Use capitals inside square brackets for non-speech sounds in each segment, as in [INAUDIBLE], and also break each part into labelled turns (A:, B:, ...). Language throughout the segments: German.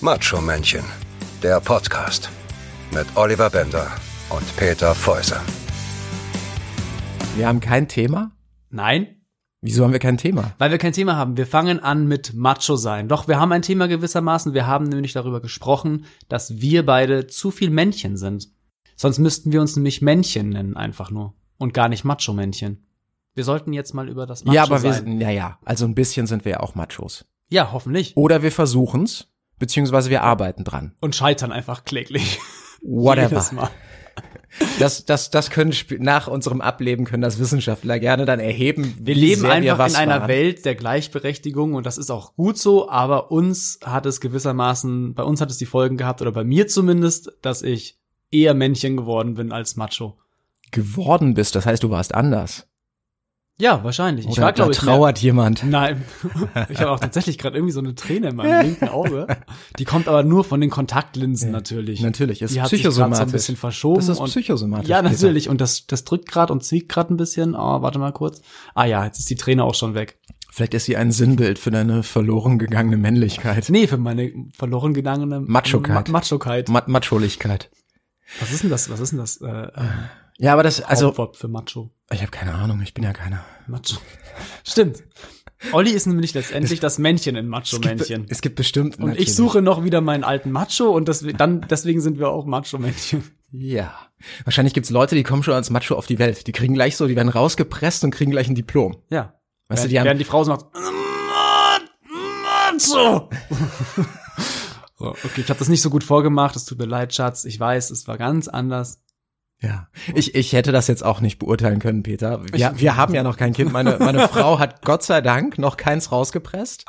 A: Macho Männchen, der Podcast mit Oliver Bender und Peter Fäuser.
B: Wir haben kein Thema?
C: Nein,
B: Wieso haben wir kein Thema?
C: weil wir kein Thema haben. Wir fangen an mit Macho sein. Doch wir haben ein Thema gewissermaßen. Wir haben nämlich darüber gesprochen, dass wir beide zu viel Männchen sind. Sonst müssten wir uns nämlich Männchen nennen, einfach nur. Und gar nicht Macho-Männchen. Wir sollten jetzt mal über das Macho
B: ja, aber wir
C: sein.
B: sind, naja, also ein bisschen sind wir ja auch Machos.
C: ja, hoffentlich.
B: Oder wir versuchen's, beziehungsweise wir arbeiten dran.
C: Und scheitern einfach kläglich. [LAUGHS]
B: Whatever.
C: Jedes Mal.
B: Das, das, das können sp- nach unserem Ableben können das Wissenschaftler gerne dann erheben.
C: Wir
B: wie
C: leben
B: sehr wir
C: einfach
B: was
C: in einer
B: waren.
C: Welt der Gleichberechtigung und das ist auch gut so, aber uns hat es gewissermaßen, bei uns hat es die Folgen gehabt oder bei mir zumindest, dass ich eher Männchen geworden bin als Macho.
B: geworden bist. Das heißt, du warst anders.
C: Ja, wahrscheinlich. Ich
B: Oder
C: war, glaube
B: da
C: ich,
B: trauert jemand.
C: Mehr, [LAUGHS] nein, ich habe auch tatsächlich gerade irgendwie so eine Träne
B: [LAUGHS]
C: in meinem linken Auge. Die kommt aber nur von den Kontaktlinsen natürlich.
B: Natürlich, ist
C: Die hat sich grad so ein
B: psychosomatisch.
C: bisschen verschoben.
B: Das ist
C: und-
B: psychosomatisch,
C: Ja,
B: Peter.
C: natürlich. Und das, das drückt gerade und zwiegt gerade ein bisschen. Oh, warte mal kurz. Ah ja, jetzt ist die Träne auch schon weg.
B: Vielleicht ist sie ein Sinnbild für deine verloren gegangene
C: [LAUGHS]
B: Männlichkeit.
C: Nee, für meine verloren gegangene
B: Machokeit.
C: Ma Machokeit.
B: Ma Macholigkeit.
C: Was ist denn das? Was ist denn das? Äh, äh,
B: Ja, aber das, also,
C: Hauptwort für Macho.
B: ich habe keine Ahnung, ich bin ja keiner.
C: Macho. [LAUGHS] Stimmt. Olli ist nämlich letztendlich das Männchen in Macho-Männchen.
B: Es gibt bestimmt
C: Und ich suche noch wieder meinen alten Macho und deswegen, dann, deswegen sind wir
B: [LAUGHS]
C: auch Macho-Männchen.
B: Ja. Wahrscheinlich gibt's Leute, die kommen schon als Macho auf die Welt. Die kriegen gleich so, die werden rausgepresst und kriegen gleich ein Diplom.
C: Ja.
B: Weißt du,
C: während,
B: die haben-
C: während die Frau so macht,
B: [LAUGHS]
C: Macho! so, okay, ich habe das nicht so gut vorgemacht. Es tut mir leid, Schatz. Ich weiß, es war ganz anders.
B: Ja. Ich, ich hätte das jetzt auch nicht beurteilen können, Peter. Wir, wir haben ja noch kein Kind. Meine,
C: [LAUGHS]
B: meine Frau hat Gott sei Dank noch keins rausgepresst.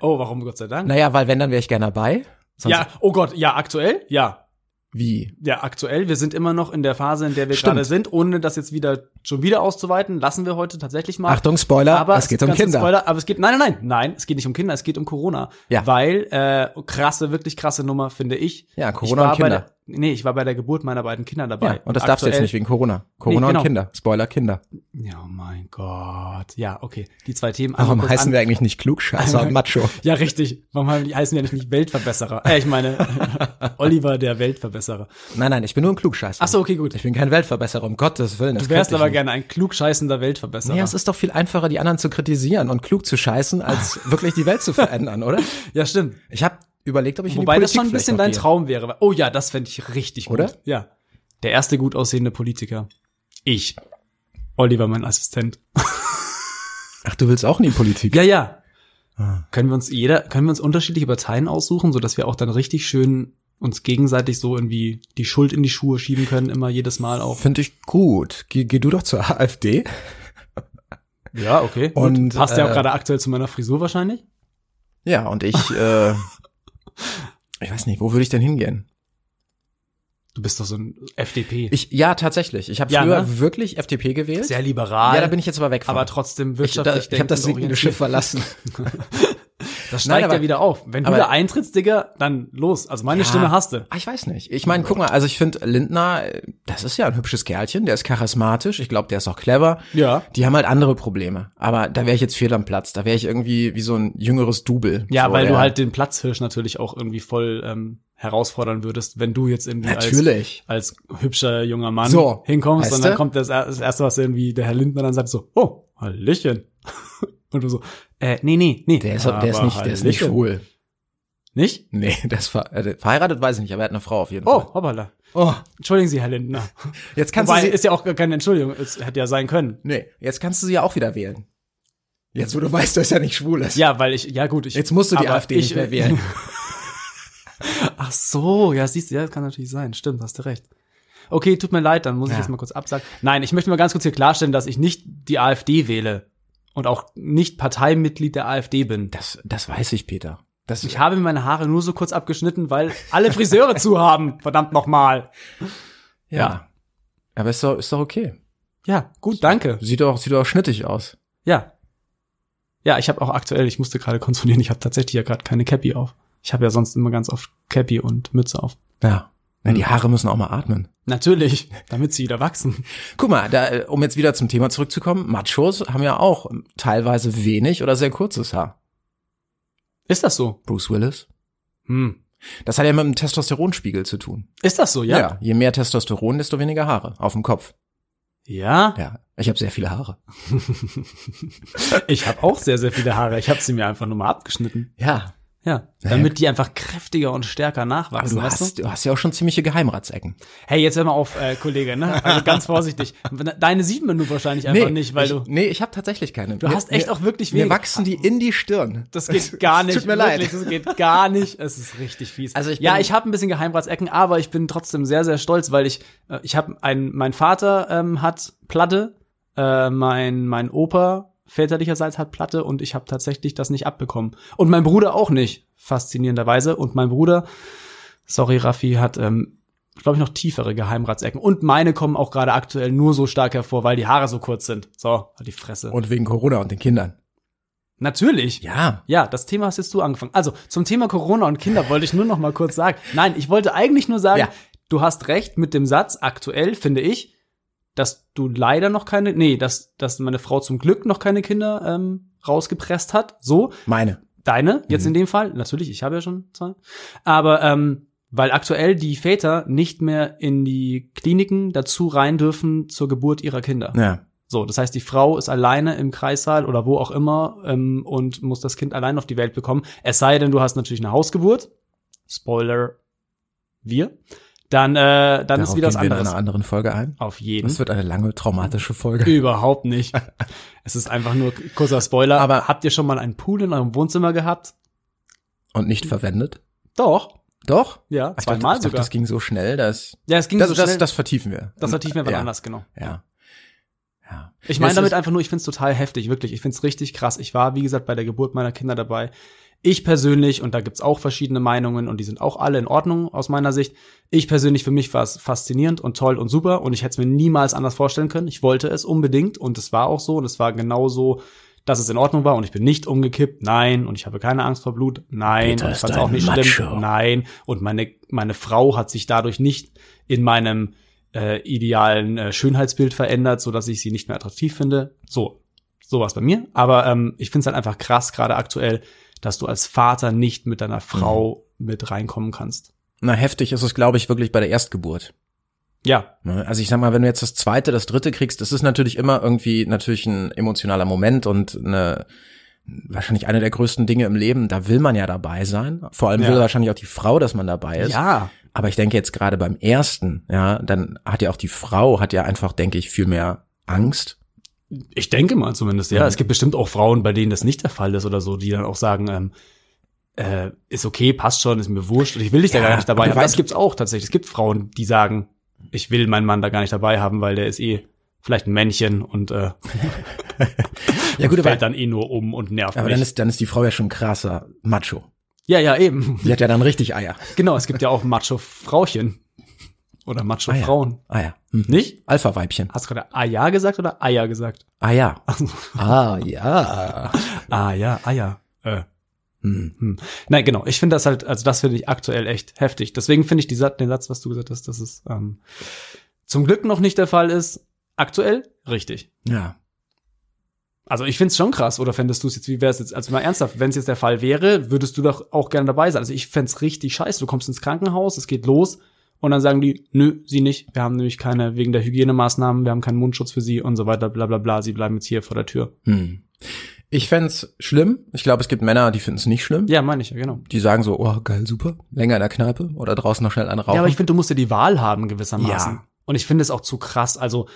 C: Oh, warum Gott sei Dank?
B: Naja, weil wenn, dann wäre ich gerne dabei. Sonst-
C: ja, oh Gott, ja, aktuell? Ja,
B: Wie?
C: Ja, aktuell. Wir sind immer noch in der Phase, in der wir
B: Stimmt.
C: gerade sind. Ohne das jetzt wieder schon wieder auszuweiten, lassen wir heute tatsächlich mal.
B: Achtung, Spoiler,
C: aber
B: es geht um
C: ganz kurz
B: Kinder.
C: Spoiler, aber es geht, nein, nein, nein, nein, es geht nicht um Kinder, es geht um Corona.
B: Ja.
C: Weil, äh, krasse, wirklich krasse Nummer, finde ich.
B: Ja,
C: Ich
B: Corona
C: war
B: und
C: bei
B: Kinder.
C: Der, nee, ich war bei der Geburt meiner beiden Kinder dabei.
B: Ja, und das darfst du jetzt nicht wegen Corona. Corona
C: genau.
B: und Kinder. Spoiler, Kinder.
C: nicht. Ja, oh mein Gott. Ja, okay. Die zwei Themen. einmal
B: Warum
C: kurz
B: heißen
C: an-
B: wir eigentlich nicht Klugscheißer
C: [LAUGHS]
B: und Macho?
C: Ja, richtig. Warum haben die- heißen wir nicht, nicht Weltverbesserer? Äh,
B: [LAUGHS]
C: ich meine, Oliver, der Weltverbesserer.
B: Nein, nein, ich bin nur ein Klugscheißer.
C: Ach so, okay, gut.
B: Ich bin kein Weltverbesserer, um Gottes Willen.
C: Du wärst aber gerne ein klugscheißender Weltverbesserer.
B: Ja, es ist doch viel einfacher, die anderen zu kritisieren und klug zu scheißen, [LAUGHS] als wirklich die Welt zu verändern, oder?
C: Ja, stimmt.
B: Ich habe überlegt, ob ich
C: Wobei
B: in die
C: das
B: Politik
C: schon ein bisschen dein
B: vielleicht noch
C: Traum wäre. Oh ja, das fände ich richtig
B: Oder?
C: gut. Ja. Der erste gut aussehende Politiker. Ich. Oliver, mein Assistent.
B: gehe. Ach, du willst auch in die Politik? Ah.
C: Ja, ja. Können wir uns jeder, können wir uns unterschiedliche Parteien aussuchen, sodass wir auch dann richtig schön uns gegenseitig so irgendwie die Schuld in die Schuhe schieben können, immer jedes Mal auch.
B: Finde ich gut. Geh, geh du doch zur AfD.
C: Ja, okay.
B: Und,
C: Und passt ja auch
B: äh,
C: gerade aktuell zu meiner Frisur wahrscheinlich.
B: Ja, und [LAUGHS] ich, äh, ich weiß nicht, wo würde ich denn hingehen?
C: Du bist doch so ein FDP.
B: Ich, ja, tatsächlich. Ich habe
C: Ja,
B: früher
C: ne?
B: wirklich FDP gewählt.
C: Sehr liberal.
B: ja, da bin ich jetzt aber weg von.
C: aber trotzdem
B: ich, da,
C: wirtschaftlich
B: ich habe das
C: denkend
B: sinkende Schiff verlassen.
C: Das
B: Nein,
C: steigt
B: aber-
C: ja wieder auf. Wenn du
B: aber-
C: da eintrittst, Digga, dann los. Also meine
B: Ja.
C: Stimme hast du.
B: Ah, ich weiß nicht. Ich meine, guck mal, also ich finde Lindner, äh, das ist ja ein hübsches Kerlchen, der ist charismatisch, ich glaube, der ist auch clever.
C: Ja.
B: Die haben halt andere Probleme. Aber da wäre ich jetzt fehl am Platz. Da wäre ich irgendwie wie so ein jüngeres Double.
C: Ja,
B: so,
C: weil du
B: der-
C: halt den Platzhirsch natürlich auch irgendwie voll ähm, herausfordern würdest, wenn du jetzt irgendwie
B: Natürlich.
C: als, als hübscher junger Mann
B: So,
C: hinkommst und
B: weißt
C: dann
B: du?
C: kommt das, er- das erste, was irgendwie der Herr Lindner dann sagt, so, oh, Hallöchen. [LAUGHS] und du so, äh, nee, nee, nee.
B: Der ist, der ist
C: Aber
B: nicht, der ist nicht
C: Hallöchen.
B: schwul.
C: Nicht?
B: Nee, der ist ver äh, verheiratet, weiß ich nicht, aber er hat eine Frau auf jeden Fall.
C: Oh, hoppala.
B: Oh,
C: Entschuldigen Sie, Herr Lindner.
B: jetzt kannst
C: Wobei,
B: du sie,
C: ist ja auch gar keine Entschuldigung. Es hätte ja sein können.
B: nee, jetzt kannst du sie ja auch wieder wählen. Jetzt, wo du weißt, dass er nicht schwul ist.
C: Ja, weil ich, ja gut. Ich,
B: Jetzt musst du die
C: aber
B: AfD
C: ich-
B: nicht mehr
C: [LAUGHS]
B: wählen.
C: Ach so, ja, siehst du, ja, das kann natürlich sein. Stimmt, hast du recht. Okay, tut mir leid, dann muss ich
B: Ja.
C: jetzt mal kurz absagen. Nein, ich möchte mal ganz kurz hier klarstellen, dass ich nicht die AfD wähle und auch nicht Parteimitglied der AfD bin.
B: Das, das weiß ich, Peter. Das,
C: Ich habe mir meine Haare nur so kurz abgeschnitten, weil alle Friseure zu haben. Verdammt nochmal.
B: ja. Aber ist doch, ist doch okay.
C: Ja, gut, danke.
B: Sieht doch, sieht doch schnittig aus.
C: Ja. Ja, ich habe auch aktuell, ich musste gerade kontrollieren, ich habe tatsächlich ja gerade keine Cappy auf. Ich habe ja sonst immer ganz oft Cappy und Mütze auf.
B: Ja. Na,
C: Hm.
B: die Haare müssen auch mal atmen.
C: Natürlich, damit sie wieder wachsen.
B: Guck mal, da, äh, um jetzt wieder zum Thema zurückzukommen, Machos haben ja auch ähm, teilweise wenig oder sehr kurzes Haar.
C: Ist das so?
B: Bruce Willis.
C: Hm.
B: Das hat ja mit dem Testosteronspiegel zu tun.
C: Ist das so, ja? Ja.
B: je mehr Testosteron, desto weniger Haare auf dem Kopf.
C: ja?
B: Ja, ich habe sehr viele Haare.
C: Ich habe auch sehr, sehr viele Haare. Ich habe sie mir einfach nur mal abgeschnitten.
B: Ja,
C: Ja. Damit die einfach kräftiger und stärker nachwachsen,
B: du
C: weißt du?
B: hast, du hast ja auch schon ziemliche Geheimratsecken.
C: Hey, jetzt hör mal auf, äh, Kollege, ne? Also ganz vorsichtig. Deine sieht man nur wahrscheinlich einfach nicht, weil
B: ich,
C: du.
B: Nee, ich habe tatsächlich keine.
C: Du hast echt auch wirklich
B: Mir
C: wenig.
B: wachsen die in die Stirn.
C: Das geht gar
B: Es
C: nicht.
B: Tut mir leid.
C: wirklich, Das geht gar nicht. Es ist richtig fies.
B: Also ich
C: ja,
B: bin-
C: ich habe ein bisschen Geheimratsecken, aber ich bin trotzdem sehr, sehr stolz, weil ich, äh, ich habe ein, mein Vater ähm, hat Platte, äh, mein, mein Opa väterlicherseits hat Platte und ich habe tatsächlich das nicht abbekommen. Und mein Bruder auch nicht, faszinierenderweise. Und mein Bruder, sorry Raffi, hat, ähm, glaube ich, noch tiefere Geheimratsecken. Und meine kommen auch gerade aktuell nur so stark hervor, weil die Haare so kurz sind. So, halt die Fresse.
B: Und wegen Corona und den Kindern.
C: Natürlich.
B: Ja.
C: Ja, das Thema hast jetzt du angefangen. Also zum Thema Corona und Kinder wollte ich nur noch mal kurz sagen. Nein, ich wollte eigentlich nur sagen,
B: Ja.
C: du hast recht mit dem Satz, aktuell finde ich, dass du leider noch keine, nee, dass, dass meine Frau zum Glück noch keine Kinder ähm, rausgepresst hat. So,
B: Meine.
C: deine jetzt in dem Fall. Natürlich, ich habe ja schon zwei. Aber ähm, weil aktuell die Väter nicht mehr in die Kliniken dazu rein dürfen zur Geburt ihrer Kinder.
B: Ja.
C: So, das heißt, die Frau ist alleine im Kreissaal oder wo auch immer ähm, und muss das Kind allein auf die Welt bekommen. Es sei denn, du hast natürlich eine Hausgeburt. Spoiler, wir. Dann, äh, dann ist wieder was
B: gehen wir in
C: anderes.
B: einer anderen Folge ein.
C: Auf jeden.
B: Das wird eine lange traumatische Folge.
C: [LAUGHS] Überhaupt nicht. es ist einfach nur kurzer Spoiler. Aber habt ihr schon mal einen Pool in eurem Wohnzimmer gehabt?
B: Und nicht verwendet.
C: Doch.
B: Doch. Ich
C: Ja,
B: dachte, ich
C: zweimal
B: dachte,
C: sogar.
B: das ging so schnell, dass
C: ja, es ging
B: das,
C: so
B: das,
C: schnell. Das,
B: das vertiefen wir.
C: das vertiefen wir wann
B: ja,
C: anders, genau.
B: Ja. ja.
C: Ich meine
B: Es
C: damit
B: ist-
C: einfach nur, ich find's total heftig, wirklich. Ich find's richtig krass. Ich war, wie gesagt, bei der Geburt meiner Kinder dabei. Ich persönlich, und da gibt's auch verschiedene Meinungen und die sind auch alle in Ordnung aus meiner Sicht. Ich persönlich, für mich war's faszinierend und toll und super und ich hätte es mir niemals anders vorstellen können. Ich wollte es unbedingt und es war auch so und es war genau so, dass es in Ordnung war und ich bin nicht umgekippt, nein, und ich habe keine Angst vor Blut, nein,
B: Peter
C: und ich
B: ist
C: fand's
B: ein
C: auch nicht
B: Macho.
C: schlimm, nein, und meine, meine Frau hat sich dadurch nicht in meinem äh, idealen äh, Schönheitsbild verändert, so dass ich sie nicht mehr attraktiv finde. So, sowas bei mir. Aber ähm, ich finde es halt einfach krass, gerade aktuell, dass du als Vater nicht mit deiner Frau
B: Mhm.
C: mit reinkommen kannst.
B: na, heftig ist es, glaube ich, wirklich bei der Erstgeburt.
C: Ja,
B: Ne? Also ich sag mal, wenn du jetzt das zweite, das dritte kriegst, das ist natürlich immer irgendwie natürlich ein emotionaler Moment und eine wahrscheinlich eine der größten Dinge im Leben. Da will man ja dabei sein. Vor allem
C: Ja.
B: will wahrscheinlich auch die Frau, dass man dabei ist.
C: ja,
B: Aber ich denke jetzt gerade beim ersten, ja, dann hat ja auch die Frau, hat ja einfach, denke ich, viel mehr Angst.
C: ich denke mal zumindest, ja.
B: Mhm.
C: Es gibt bestimmt auch Frauen, bei denen das nicht der Fall ist oder so, die dann auch sagen, ähm, äh, ist okay, passt schon, ist mir wurscht und ich will dich da
B: Ja,
C: gar nicht dabei
B: aber
C: haben.
B: du
C: Das
B: weißt-
C: gibt's auch tatsächlich. Es gibt Frauen, die sagen, ich will meinen Mann da gar nicht dabei haben, weil der ist eh vielleicht ein Männchen und äh,
B: Ja gut,
C: fällt
B: aber,
C: dann eh nur um und nervt
B: aber
C: mich.
B: dann ist dann ist die Frau ja schon krasser Macho.
C: ja, ja, eben. [LAUGHS]
B: Die hat ja dann richtig Eier.
C: Genau, es gibt ja auch Macho-Frauchen. Oder Macho-Frauen.
B: Eier. Hm.
C: Nicht?
B: Alpha-Weibchen.
C: Hast du gerade Aja gesagt oder Eier gesagt?
B: Ah
C: [LAUGHS]
B: ja. Ah ja.
C: Ah ja, Eier. Äh.
B: Hm.
C: Hm. Nein, genau. Ich finde das halt, also das finde ich aktuell echt heftig. Deswegen finde ich die, Sat- den Satz, was du gesagt hast, dass es ähm, zum Glück noch nicht der Fall ist. Aktuell richtig.
B: Ja.
C: Also ich finde es schon krass, oder fändest du es jetzt, wie wäre es jetzt, also mal ernsthaft, wenn es jetzt der Fall wäre, würdest du doch auch gerne dabei sein. Also ich fänd's richtig scheiße. Du kommst ins Krankenhaus, es geht los und dann sagen die, nö, sie nicht, wir haben nämlich keine, wegen der Hygienemaßnahmen, wir haben keinen Mundschutz für sie und so weiter, bla bla bla, sie bleiben jetzt hier vor der Tür.
B: Hm. Ich fänd's schlimm. Ich glaube, es gibt Männer, die finden's nicht schlimm.
C: Ja, meine ich ja, genau.
B: Die sagen so, oh, geil, super. Länger in der Kneipe oder draußen noch schnell einen rauchen.
C: Ja, aber ich finde, du musst ja die Wahl haben gewissermaßen.
B: Ja.
C: Und ich finde es auch zu krass. Also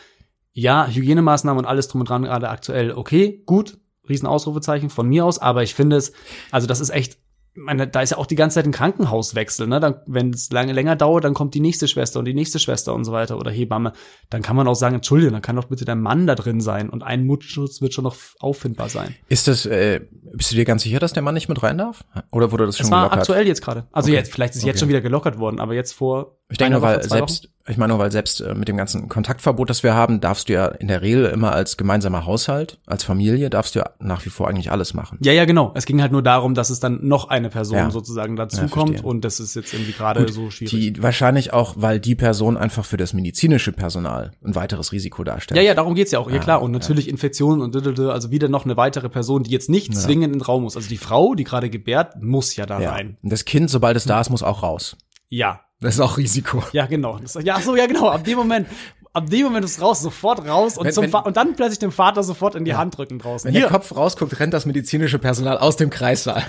C: ja, Hygienemaßnahmen und alles drum und dran gerade aktuell okay, gut, Riesenausrufezeichen von mir aus, aber ich finde es, also das ist echt, ich meine, da ist ja auch die ganze Zeit ein Krankenhauswechsel, ne? Dann, wenn es lange länger dauert, dann kommt die nächste Schwester und die nächste Schwester und so weiter oder Hebamme. Dann kann man auch sagen, Entschuldigung, dann kann doch bitte der Mann da drin sein und ein Mundschutz wird schon noch auffindbar sein.
B: ist das, äh, bist du dir ganz sicher, dass der Mann nicht mit rein darf? Oder wurde das schon
C: Es war
B: gelockert?
C: aktuell jetzt gerade. Also
B: Okay.
C: jetzt, vielleicht ist es jetzt
B: Okay.
C: schon wieder gelockert worden, aber jetzt vor
B: Ich denke
C: Eine
B: nur,
C: Woche,
B: weil
C: zwei
B: selbst, ich meine nur, weil selbst äh, mit dem ganzen Kontaktverbot, das wir haben, darfst du ja in der Regel immer als gemeinsamer Haushalt, als Familie, darfst du ja nach wie vor eigentlich alles machen.
C: Ja, ja, genau. Es ging halt nur darum, dass es dann noch eine Person
B: Ja.
C: sozusagen
B: Ja,
C: dazukommt
B: verstehe.
C: und das ist jetzt irgendwie gerade so schwierig.
B: Die wahrscheinlich auch, weil die Person einfach für das medizinische Personal ein weiteres Risiko darstellt.
C: Ja, ja, darum geht's ja auch, ja klar. Und natürlich Infektionen und dödödö, also wieder noch eine weitere Person, die jetzt nicht zwingend in den Raum muss. Also die Frau, die gerade gebärt, muss ja da
B: Ja.
C: rein.
B: Und Das Kind, sobald es da ist, muss auch raus.
C: Ja,
B: Das ist auch Risiko.
C: ja, genau. Das, ja, ach so, ja, genau. Ab dem Moment, ab dem Moment ist raus, sofort raus und,
B: Wenn-
C: zum
B: wenn-
C: Fa- und dann plötzlich dem Vater sofort in die Hand drücken draußen.
B: Wenn der Kopf rausguckt, rennt das medizinische Personal aus dem Kreissaal.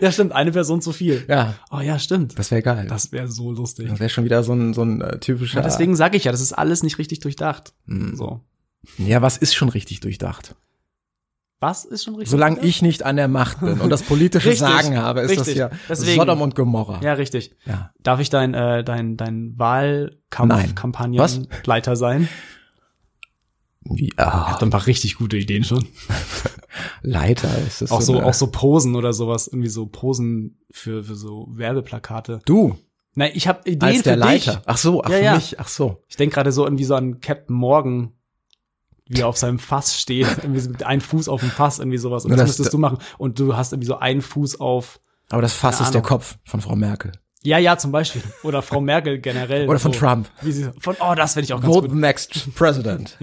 C: ja, stimmt, eine Person zu viel.
B: Ja.
C: Oh ja, stimmt.
B: Das wäre geil. Das,
C: Das wäre so lustig.
B: wäre schon wieder so ein, so ein äh, typischer.
C: Ja, deswegen sage ich ja, das ist alles nicht richtig durchdacht.
B: Hm.
C: So.
B: ja, was ist schon richtig durchdacht?
C: Was ist schon richtig?
B: Solange
C: durchdacht?
B: ich nicht an der Macht bin und das politische
C: Richtig,
B: Sagen habe, ist
C: richtig.
B: das ja
C: Deswegen.
B: Sodom und Gomorra.
C: Ja, richtig.
B: Ja.
C: Darf ich dein, äh, dein, dein
B: Nein.
C: Wahlkampfkampagnenleiter sein?
B: Wie, ah,
C: Hab da ein paar richtig gute Ideen schon.
B: Leiter ist das.
C: Auch so,
B: eine-
C: auch so Posen oder sowas. Irgendwie so Posen für, für so Werbeplakate.
B: Du,
C: Nein, ich habe Ideen
B: als der
C: für
B: Leiter.
C: dich.
B: Ach so, ach
C: Ja,
B: für
C: ja.
B: mich, ach so.
C: Ich denk gerade so irgendwie so an Captain Morgan, wie er auf seinem Fass [LAUGHS] steht. irgendwie so mit einem Fuß auf dem Fass, irgendwie sowas. Und
B: Nur
C: das,
B: das-
C: müsstest du machen. Und du hast irgendwie so einen Fuß auf.
B: Aber das Fass
C: Keine
B: ist der
C: Ahnung.
B: Kopf von Frau Merkel.
C: Ja, ja, zum Beispiel. Oder Frau Merkel generell.
B: Oder von
C: so.
B: Trump.
C: Wie sie, von, oh, das finde ich auch ganz
B: Vote
C: gut. [LAUGHS]
B: next president.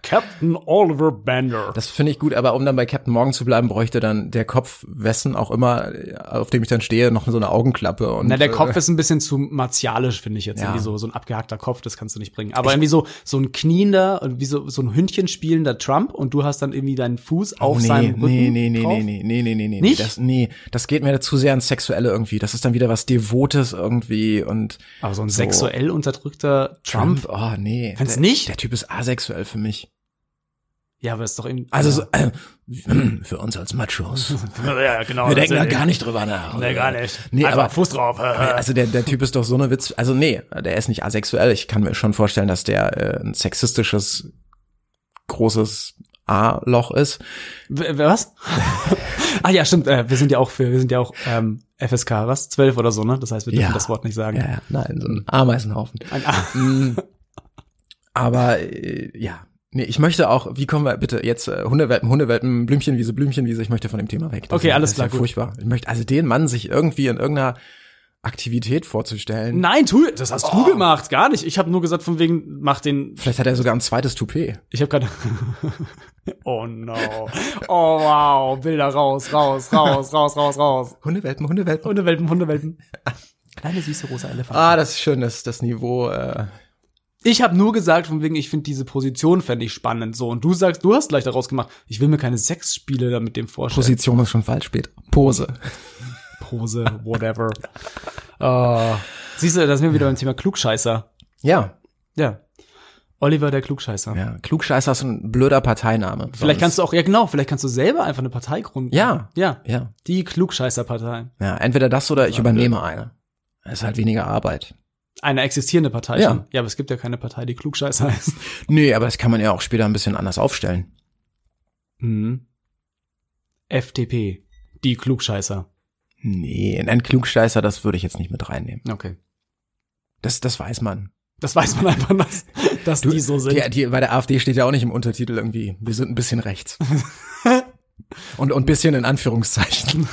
C: Captain Oliver Bender.
B: Das finde ich gut, aber um dann bei Captain Morgan zu bleiben, bräuchte dann der Kopf, wessen auch immer, auf dem ich dann stehe, noch so eine Augenklappe. Und,
C: Na, der
B: äh,
C: Kopf ist ein bisschen zu martialisch, finde ich jetzt.
B: Ja.
C: Irgendwie so, so ein abgehackter Kopf, das kannst du nicht bringen. Aber irgendwie so, so ein kniender und wie so, so ein Hündchen spielender Trump und du hast dann irgendwie deinen Fuß auf
B: äh, nee,
C: seinem Rücken.
B: nee, nee, nee,
C: drauf.
B: nee, nee, nee, nee, nee, nee,
C: Nicht?
B: Das, nee, das geht mir zu sehr ins Sexuelle irgendwie. Das ist dann wieder was Devotes irgendwie und
C: Aber so ein
B: So.
C: sexuell unterdrückter Trump.
B: oh nee.
C: Findest
B: der,
C: nicht?
B: Der Typ ist asexuell für mich.
C: Ja, aber das ist doch irgendwie.
B: Also
C: ja.
B: so, äh, [CLEARS THROAT] für uns als Machos.
C: [LAUGHS] ja, genau.
B: Wir
C: das
B: denken da
C: ist-
B: gar nicht drüber nach.
C: Nee, gar nicht.
B: Nee,
C: Einfach
B: aber
C: Fuß
B: [LAUGHS]
C: drauf.
B: also der, der Typ ist doch so eine Witz. Also nee, der ist nicht asexuell. Ich kann mir schon vorstellen, dass der äh, ein sexistisches großes A-Loch ist.
C: W- Was? [LAUGHS] ah ja, stimmt. Äh, wir sind ja auch für, wir sind ja auch ähm, FSK, was? 12 oder so, ne? Das heißt, wir dürfen
B: Ja.
C: das Wort nicht sagen.
B: Ja, ja, nein, so ein Ameisenhaufen.
C: Ein ah, A. [LAUGHS]
B: Mm. Aber äh, ja. Nee, ich möchte auch, wie kommen wir bitte jetzt äh, Hundewelpen, Hundewelpen, Blümchenwiese, Blümchenwiese, ich möchte von dem Thema weg. Das
C: Okay,
B: ist-
C: alles
B: das ist ja
C: klar, gut.
B: furchtbar. Ich möchte also den Mann sich irgendwie in irgendeiner Aktivität vorzustellen.
C: Nein, tu, das hast
B: Oh.
C: du gemacht, gar nicht. Ich habe nur gesagt, von wegen, mach den
B: Vielleicht hat er sogar ein zweites Toupet.
C: Ich habe gerade. [LAUGHS] oh no. [LAUGHS] Oh wow. Bilder raus, raus, raus, raus, raus, raus.
B: Hundewelpen, Hundewelpen.
C: Hundewelpen, Hundewelpen. Kleine süße rosa Elefant.
B: Ah, das ist schön, das, das Niveau. Äh,
C: Ich habe nur gesagt, von wegen, ich finde diese Position fände ich spannend. So, und du sagst, du hast gleich daraus gemacht, ich will mir keine Sexspiele damit dem vorstellen.
B: Position ist schon falsch spät. Pose.
C: Pose, whatever. [LAUGHS] oh. Siehst du, da sind wir wieder beim Thema Klugscheißer.
B: Ja.
C: Ja. Oliver der Klugscheißer.
B: ja. Klugscheißer ist ein blöder Parteiname.
C: Vielleicht kannst du auch, ja genau, vielleicht kannst du selber einfach eine Partei gründen.
B: Ja.
C: Ja.
B: Ja.
C: Die Klugscheißer-Partei.
B: Ja, entweder das oder ich übernehme eine. Das ist halt weniger Arbeit.
C: Eine existierende Partei
B: Ja.
C: schon. Ja, aber es gibt ja keine Partei, die Klugscheiß [LAUGHS] heißt.
B: Nee, aber das kann man ja auch später ein bisschen anders aufstellen.
C: Mhm. FDP. Die Klugscheißer.
B: Nee, ein Klugscheißer, das würde ich jetzt nicht mit reinnehmen.
C: Okay.
B: Das, das weiß man.
C: Das weiß man einfach, dass, dass die so sind.
B: Die, die, bei der AfD steht ja auch nicht im Untertitel irgendwie, wir sind ein bisschen
C: [LAUGHS]
B: rechts. und ein bisschen in
C: [LAUGHS]
B: Anführungszeichen.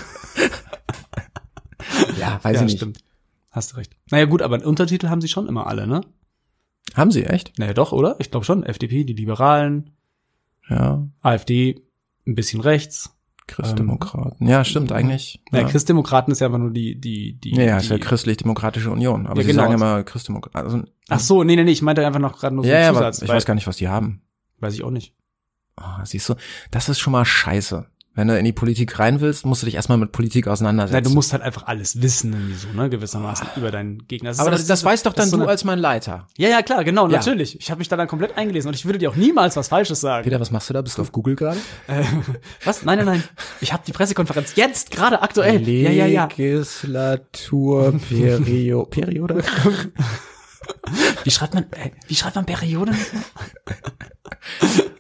B: ja, weiß ich nicht.
C: Hast du recht. Naja, gut, aber einen Untertitel haben sie schon immer alle, ne?
B: Haben sie, echt?
C: Naja, doch, oder? Ich glaube schon. FDP, die Liberalen,
B: Ja,
C: AfD, ein bisschen rechts. Ähm,
B: Christdemokraten. ja, stimmt, eigentlich.
C: Naja,
B: ja.
C: Christdemokraten ist ja einfach nur die, die, die.
B: Ja, ja,
C: die,
B: ist ja Christlich-Demokratische Union. Aber
C: Ja,
B: sie
C: genau.
B: sagen immer Christdemokraten. Also,
C: Ach so, nee, nee, nee, ich meinte einfach noch gerade nur so
B: ja, ja,
C: einen
B: aber
C: Zusatz.
B: ich
C: weil-
B: weiß gar nicht, was die haben.
C: weiß ich auch nicht.
B: Ah, siehst du, das ist schon mal scheiße. Wenn du in die Politik rein willst, musst du dich erstmal mit Politik auseinandersetzen.
C: Nein, du musst halt einfach alles wissen, irgendwie so, ne, gewissermaßen über deinen Gegner. Das ist
B: aber das, das
C: ist-
B: weiß doch
C: das
B: dann
C: ist so
B: du
C: eine-
B: als mein Leiter.
C: Ja, ja, klar, genau,
B: Ja.
C: natürlich. Ich habe mich da dann komplett eingelesen und ich würde dir auch niemals was Falsches sagen. Äh,
B: Peter, was machst du da? Bist du auf Google gerade?
C: Was? Nein, nein, nein. Ich habe die Pressekonferenz jetzt gerade aktuell. Ja, ja, ja.
B: [LAUGHS] Legislaturperiode. Periode?
C: Wie schreibt man äh, wie schreibt man Periode?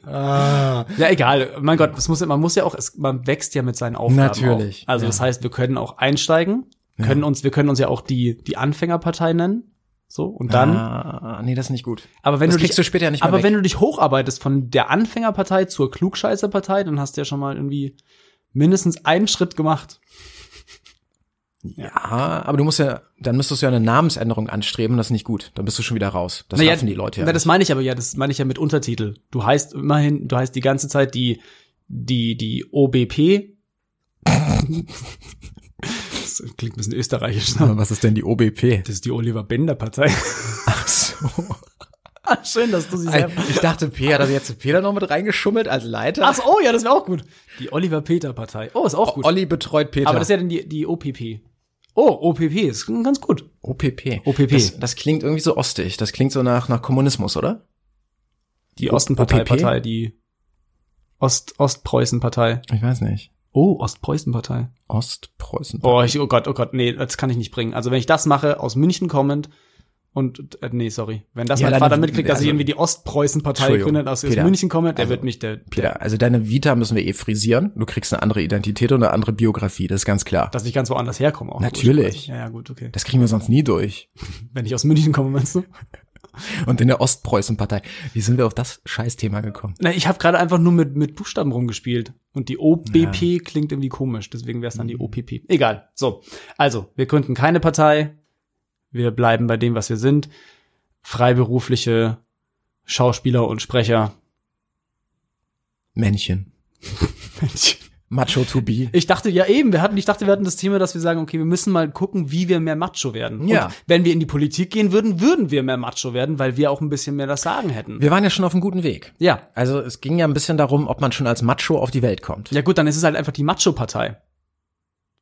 B: Ah.
C: Ja, egal. Mein Gott, das muss man muss ja auch es, man wächst ja mit seinen Aufgaben.
B: Natürlich,
C: Auch. Also,
B: ja.
C: das heißt, wir können auch einsteigen Können uns, wir können uns ja auch die, die Anfängerpartei nennen. So, und dann.
B: Ah, nee, das ist nicht gut.
C: aber wenn
B: das
C: du dich,
B: kriegst du später nicht mehr
C: aber
B: weg.
C: wenn du dich hocharbeitest von der Anfängerpartei zur Klugscheißerpartei, dann hast du ja schon mal irgendwie mindestens einen Schritt gemacht.
B: Ja, aber du musst ja, dann müsstest du ja eine Namensänderung anstreben, das ist nicht gut. Dann bist du schon wieder raus. Das
C: Naja,
B: raffen die Leute ja.
C: Na, das meine ich aber ja, das meine ich ja mit Untertitel. Du heißt immerhin, du heißt die ganze Zeit die, die, die OBP. das klingt ein bisschen österreichisch, [LAUGHS] ne?
B: was ist denn die [LAUGHS] OBP?
C: Das ist die Oliver Bender Partei. [LAUGHS] Ah,
B: Ach so.
C: Schön, dass du sie
B: Ey,
C: selber.
B: Ich dachte, P hat also jetzt Peter noch mit reingeschummelt als Leiter.
C: Ach so, oh ja, das wäre auch gut. Die Oliver Peter Partei. Oh, ist auch gut.
B: Olli betreut Peter.
C: Aber das ist ja dann die, die OPP. Oh, OPP ist ganz gut.
B: OPP.
C: OPP.
B: Das, das klingt irgendwie so ostig. Das klingt so nach, nach Kommunismus, oder?
C: Die Ostenpartei
B: OPP?
C: Partei, die Ost Ostpreußen Partei.
B: Ich weiß nicht.
C: Oh, Ostpreußen Partei.
B: Ostpreußen.
C: Oh, ich, oh Gott, oh Gott, nee, das kann ich nicht bringen. Also wenn ich das mache, aus München kommend und äh, nee, sorry, wenn das
B: Ja,
C: mein
B: dann-
C: Vater mitkriegt, dass
B: also-
C: ich irgendwie die Ostpreußen-Partei
B: Entschuldigung,
C: gründe, dass ich aus
B: Peter.
C: München komme, der
B: Also,
C: wird mich der,
B: Peter, also deine Vita müssen wir eh frisieren. Du kriegst eine andere Identität und eine andere Biografie, das ist ganz klar.
C: dass ich ganz woanders herkomme. Auch
B: Natürlich.
C: Ja, ja, gut, okay.
B: Das kriegen wir sonst nie durch.
C: Wenn ich aus München komme, meinst du?
B: Und in der Ostpreußenpartei. Wie sind wir auf das Scheißthema gekommen?
C: Na, ich habe gerade einfach nur mit, mit Buchstaben rumgespielt und die OBP klingt irgendwie komisch, deswegen wäre es
B: Mhm.
C: dann die OPP. Egal. So, also wir gründen keine Partei, wir bleiben bei dem, was wir sind. Freiberufliche Schauspieler und Sprecher. [LAUGHS]
B: Männchen. Macho to be.
C: Ich dachte, ja eben, wir hatten, ich dachte, wir hatten das Thema, dass wir sagen, okay, wir müssen mal gucken, wie wir mehr Macho werden.
B: Ja.
C: Und wenn wir in die Politik gehen würden, würden wir mehr Macho werden, weil wir auch ein bisschen mehr das Sagen hätten.
B: Wir waren ja schon auf einem guten Weg.
C: Ja.
B: Also es ging ja ein bisschen darum, ob man schon als Macho auf die Welt kommt.
C: Ja gut, dann ist es halt einfach die Macho-Partei.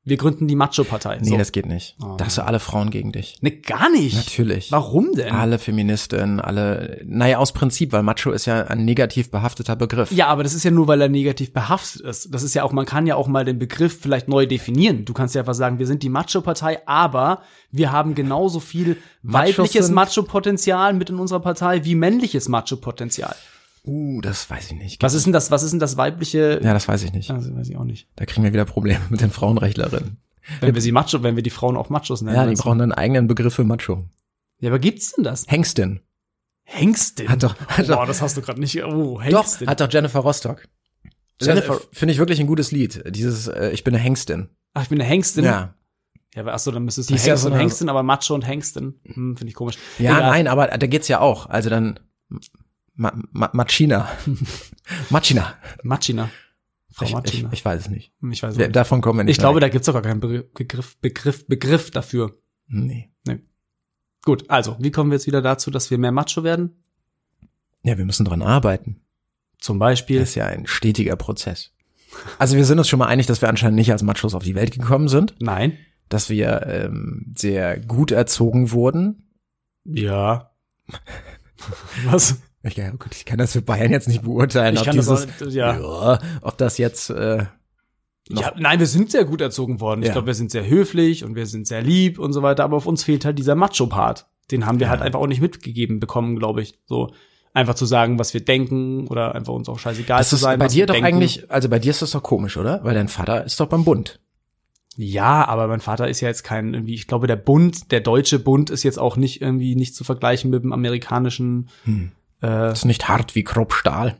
C: Wir gründen die Macho-Partei.
B: Nee,
C: so.
B: das geht nicht.
C: Oh.
B: Da hast du alle Frauen gegen dich.
C: nee, gar nicht.
B: Natürlich.
C: Warum denn?
B: Alle Feministinnen, alle, naja, aus Prinzip, weil Macho ist ja ein negativ behafteter Begriff.
C: Ja, aber das ist ja nur, weil er negativ behaftet ist. Das ist ja auch, man kann ja auch mal den Begriff vielleicht neu definieren. Du kannst ja einfach sagen, wir sind die Macho-Partei, aber wir haben genauso viel
B: Machos
C: weibliches
B: sind-
C: Macho-Potenzial mit in unserer Partei wie männliches Macho-Potenzial.
B: Uh, das weiß ich nicht.
C: Was ist denn das, was ist denn das weibliche?
B: Ja, das weiß ich nicht.
C: Also, weiß ich auch nicht.
B: Da kriegen wir wieder Probleme mit den Frauenrechtlerinnen.
C: Wenn wir sie Macho, wenn wir die Frauen auch Machos nennen.
B: Ja, die
C: meinst du?
B: brauchen einen eigenen Begriff für Macho.
C: ja aber gibt's denn das?
B: Hengstin.
C: Hengstin.
B: Hat doch, hat
C: Boah,
B: doch,
C: das hast du gerade nicht. Oh,
B: doch,
C: Hengstin.
B: hat doch Jennifer Rostock.
C: Jennifer-
B: Jennifer. Finde ich wirklich ein gutes Lied. Dieses, äh, ich bin eine Hengstin.
C: Ach, Ah, ich bin eine Hengstin.
B: Ja.
C: Ja, aber achso, dann müsstest
B: Die
C: du
B: ist ja
C: Hengst
B: so
C: und
B: eine-
C: Hengstin, aber Macho und Hengstin. Hm, finde ich komisch.
B: Ja,
C: Egal.
B: nein, aber da geht's ja auch. Also dann, ma, ma,
C: [LAUGHS]
B: Machina. Machina.
C: Machina. Frau
B: Ich, ich,
C: Machina. Hm, Ich,
B: ich weiß es nicht.
C: weiß
B: Wir-
C: es nicht.
B: Davon kommen wir nicht.
C: Ich glaube,
B: weit.
C: da gibt's doch gar keinen Be- Begriff, Begriff, Begriff dafür.
B: nee.
C: Gut, also, wie kommen wir jetzt wieder dazu, dass wir mehr Macho werden?
B: Ja, wir müssen dran arbeiten.
C: Zum Beispiel.
B: Das ist ja ein stetiger Prozess. Also wir sind uns schon mal einig, dass wir anscheinend nicht als Machos auf die Welt gekommen sind,
C: Nein.
B: dass wir ähm, sehr gut erzogen wurden. [LAUGHS]
C: Ja. Was?
B: Ich, ja, gut, ich kann das für Bayern jetzt nicht beurteilen,
C: Ich
B: ob
C: kann das
B: dieses,
C: auch- ja.
B: ob das jetzt, äh, noch-
C: Ja, nein, wir sind sehr gut erzogen worden. Ich
B: Ja.
C: glaube, wir sind sehr höflich und wir sind sehr lieb und so weiter, aber auf uns fehlt halt dieser Macho-Part. Den haben wir halt einfach auch nicht mitgegeben bekommen, glaube ich. So einfach zu sagen, was wir denken oder einfach uns auch scheißegal
B: das
C: zu
B: ist
C: sein.
B: bei
C: Also was
B: dir
C: wir
B: doch
C: denken.
B: eigentlich, also bei dir ist das doch komisch, oder? Weil dein Vater ist doch beim Bund.
C: Ja, aber mein Vater ist ja jetzt kein irgendwie, ich glaube, der Bund, der deutsche Bund ist jetzt auch nicht irgendwie nicht zu vergleichen mit dem amerikanischen, äh,
B: Das ist nicht hart wie grob Stahl.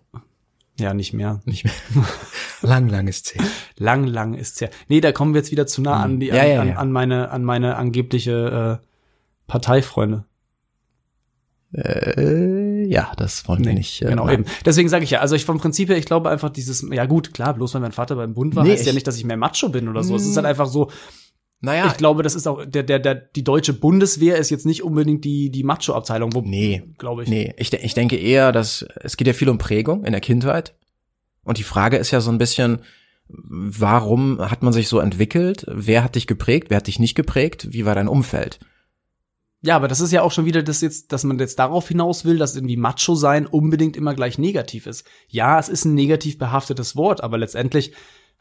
C: ja, nicht mehr.
B: Nicht mehr. [LAUGHS] lang, langes Zäh.
C: Lang, lang ist's ja. Nee, da kommen wir jetzt wieder zu nah an die,
B: Hm. Ja,
C: an,
B: ja,
C: an,
B: ja.
C: an meine, an meine angebliche äh, Parteifreunde.
B: Äh, ja, das wollen wir
C: Nee,
B: nicht. Äh,
C: genau,
B: nein.
C: eben. Deswegen sage ich ja, also ich vom Prinzip her, ich glaube einfach dieses, ja gut, klar, bloß weil mein Vater beim Bund war,
B: Nee,
C: heißt ja
B: ich- Hm. Ah.
C: nicht, dass ich mehr Macho bin oder so. Es ist halt einfach so,
B: Naja,
C: ich glaube, das ist auch, der, der, der, die deutsche Bundeswehr ist jetzt nicht unbedingt die, die Macho-Abteilung, wo,
B: nee,
C: glaube ich.
B: Nee, ich, de- ich denke eher, dass es geht ja viel um Prägung in der Kindheit. Und die Frage ist ja so ein bisschen, warum hat man sich so entwickelt? Wer hat dich geprägt? Wer hat dich nicht geprägt? Wie war dein Umfeld?
C: Ja, aber das ist ja auch schon wieder das jetzt, dass man jetzt darauf hinaus will, dass irgendwie Macho sein unbedingt immer gleich negativ ist. Ja, es ist ein negativ behaftetes Wort, aber letztendlich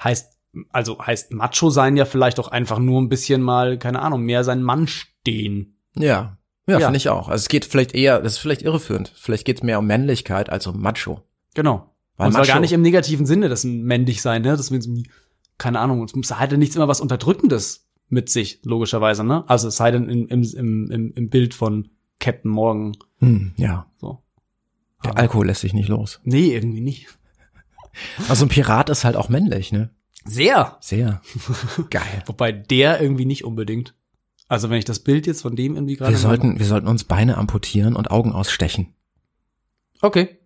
C: heißt, also heißt Macho sein ja vielleicht auch einfach nur ein bisschen mal, keine Ahnung, mehr sein Mann stehen.
B: Ja. Ja,
C: Ja.
B: finde ich auch. Also es geht vielleicht eher, das ist vielleicht irreführend. Vielleicht geht es mehr um Männlichkeit als um Macho.
C: Genau.
B: Weil
C: und zwar
B: Macho-
C: gar nicht im negativen Sinne, das männlich sein, ne? Das mit, keine Ahnung, es muss halt nichts immer was Unterdrückendes mit sich, logischerweise, ne? Also es sei denn im, im, im, im- im Bild von Captain Morgan.
B: Hm, ja.
C: So.
B: Der Alkohol lässt sich nicht los.
C: Nee, irgendwie nicht.
B: Also ein Pirat ist halt auch männlich, ne?
C: Sehr.
B: [LAUGHS] Sehr. Geil.
C: Wobei der irgendwie nicht unbedingt. Also wenn ich das Bild jetzt von dem irgendwie gerade.
B: Wir sollten, wir sollten uns Beine amputieren und Augen ausstechen.
C: Okay.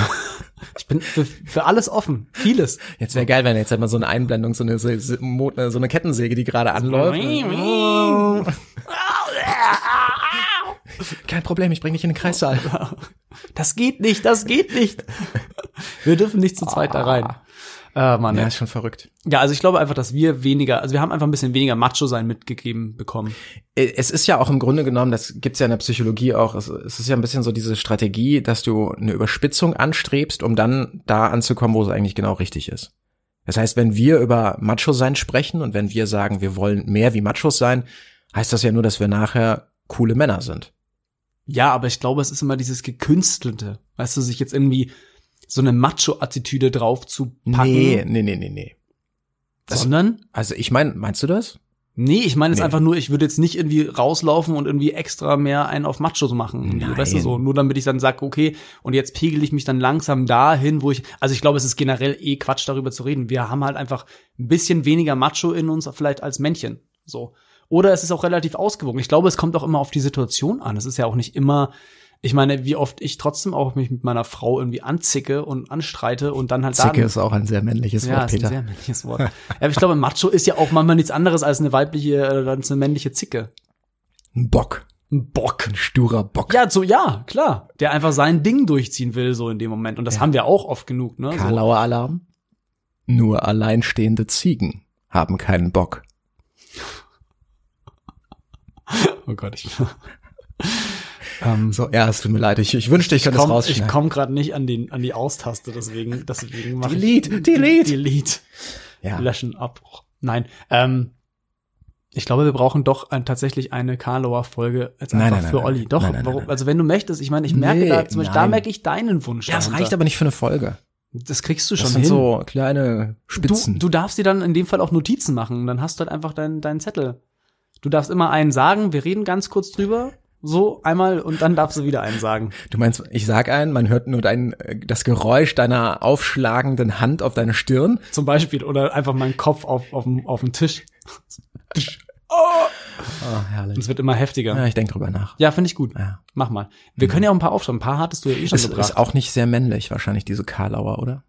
C: [LAUGHS] ich bin für, für alles offen. Vieles.
B: Jetzt wäre geil, wenn jetzt halt mal so eine Einblendung, so eine, so äh, so eine Kettensäge, die gerade
C: anläuft.
B: [LAUGHS] Kein Problem, ich bring dich in den Kreissaal.
C: Das geht nicht, das geht nicht. Wir dürfen nicht zu zweit da rein.
B: Ah.
C: Äh, Mann,
B: Ja,
C: ja.
B: ist schon verrückt.
C: ja, also ich glaube einfach, dass wir weniger, also wir haben einfach ein bisschen weniger Macho-Sein mitgegeben bekommen.
B: Äh, Es ist ja auch im Grunde genommen, das gibt's ja in der Psychologie auch, es es ist ja ein bisschen so diese Strategie, dass du eine Überspitzung anstrebst, um dann da anzukommen, wo es eigentlich genau richtig ist. Das heißt, wenn wir über Macho sein sprechen und wenn wir sagen, wir wollen mehr wie Machos sein, heißt das ja nur, dass wir nachher coole Männer sind.
C: Ja, aber ich glaube, es ist immer dieses Gekünstelte. Weißt du, sich jetzt irgendwie so eine Macho-Attitüde drauf zu packen.
B: Nee, nee, nee, nee, nee. das-
C: sondern?
B: Also ich meine, meinst du das?
C: Nee, ich meine jetzt
B: Nee.
C: einfach nur, ich würde jetzt nicht irgendwie rauslaufen und irgendwie extra mehr einen auf Machos machen.
B: Nein.
C: Weißt du so, nur damit ich dann sage, okay, und jetzt pegel ich mich dann langsam dahin, wo ich, also ich glaube, es ist generell eh Quatsch darüber zu reden. Wir haben halt einfach ein bisschen weniger Macho in uns vielleicht als Männchen. So. Oder es ist auch relativ ausgewogen. Ich glaube, es kommt auch immer auf die Situation an. Es ist ja auch nicht immer, ich meine, wie oft ich trotzdem auch mich mit meiner Frau irgendwie anzicke und anstreite und dann halt
B: Zicke
C: da
B: ist auch ein sehr männliches
C: ja,
B: Wort,
C: ist ein sehr
B: Peter.
C: männliches Wort. ja, aber ich glaube, Macho ist ja auch manchmal nichts anderes als eine weibliche, äh, als eine männliche Zicke.
B: Ein Bock.
C: Ein Bock.
B: Ein sturer Bock.
C: Ja, so, ja, klar. Der einfach sein Ding durchziehen will, so in dem Moment. Und das haben wir auch oft genug, ne? So.
B: Karlauer Alarm. Nur alleinstehende Ziegen haben keinen Bock.
C: Oh Gott, [LAUGHS] ich. ähm,
B: So, ja, es tut mir leid, ich, ich wünschte, ich könnte es
C: komm, ich
B: rausschneiden.
C: komme gerade nicht an, den, an die Austaste, deswegen, deswegen mach
B: Delete,
C: ich.
B: delete.
C: Delete.
B: ja.
C: Löschen, Abbruch. Nein, ähm, ich glaube, wir brauchen doch ein, tatsächlich eine Karlauer Folge jetzt
B: Nein,
C: einfach
B: nein, nein,
C: für
B: nein.
C: Olli. Doch,
B: Nein, nein,
C: warum,
B: nein, nein.
C: also wenn du möchtest, ich meine, ich merke
B: Nee,
C: da zum Beispiel, da
B: nein.
C: merke ich deinen Wunsch.
B: Ja, das
C: dahinter.
B: reicht aber nicht für eine Folge.
C: Das kriegst du
B: Das
C: schon
B: sind
C: hin.
B: so kleine Spitzen.
C: Du, du darfst dir dann in dem Fall auch Notizen machen. Dann hast du halt einfach deinen deinen Zettel. Du darfst immer einen sagen, wir reden ganz kurz drüber, so einmal und dann darfst du wieder einen
B: [LAUGHS]
C: sagen.
B: Du meinst, ich sag einen, man hört nur dein, äh, das Geräusch deiner aufschlagenden Hand auf deine Stirn.
C: Zum Beispiel. Oder einfach meinen Kopf auf, auf, dem- auf den Tisch.
B: Oh,
C: Und es
B: herrlich.
C: wird immer heftiger.
B: Ja, ich denk drüber nach.
C: Ja, finde ich gut.
B: Ja.
C: Mach mal. Wir
B: Mhm.
C: können ja auch ein paar aufschreiben. Ein paar hattest du ja eh schon
B: Ist,
C: gebracht.
B: ist auch nicht sehr männlich wahrscheinlich, diese Karlauer, oder?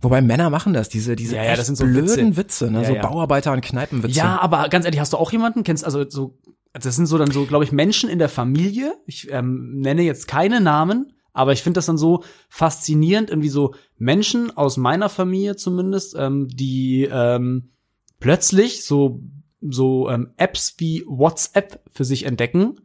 B: Wobei Männer machen das, diese, diese
C: Ja, ja,
B: echt
C: das sind so
B: blöden Witze, ne?
C: Ja,
B: so
C: ja.
B: Bauarbeiter- und Kneipenwitze.
C: Ja, aber ganz ehrlich, hast du auch jemanden? Kennst also so, das sind so dann so, glaube ich, Menschen in der Familie. Ich ähm, nenne jetzt keine Namen, aber ich finde das dann so faszinierend, irgendwie so Menschen aus meiner Familie zumindest, ähm, die ähm, plötzlich so so ähm, Apps wie WhatsApp für
B: [LAUGHS]
C: sich entdecken,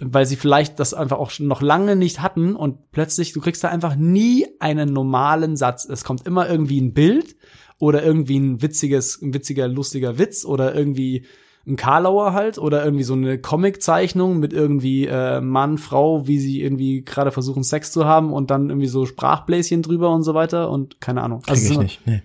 C: weil sie vielleicht das einfach auch schon noch lange nicht hatten und plötzlich du kriegst da einfach nie einen normalen Satz. Es kommt immer irgendwie ein Bild oder irgendwie ein witziges, ein witziger, lustiger Witz oder irgendwie ein Karlauer halt oder irgendwie so eine Comiczeichnung mit irgendwie äh, Mann, Frau, wie sie irgendwie gerade versuchen Sex zu haben und dann irgendwie so Sprachbläschen drüber und so weiter und keine Ahnung.
B: Krieg
C: es ist
B: ich
C: immer-
B: nicht. Nee.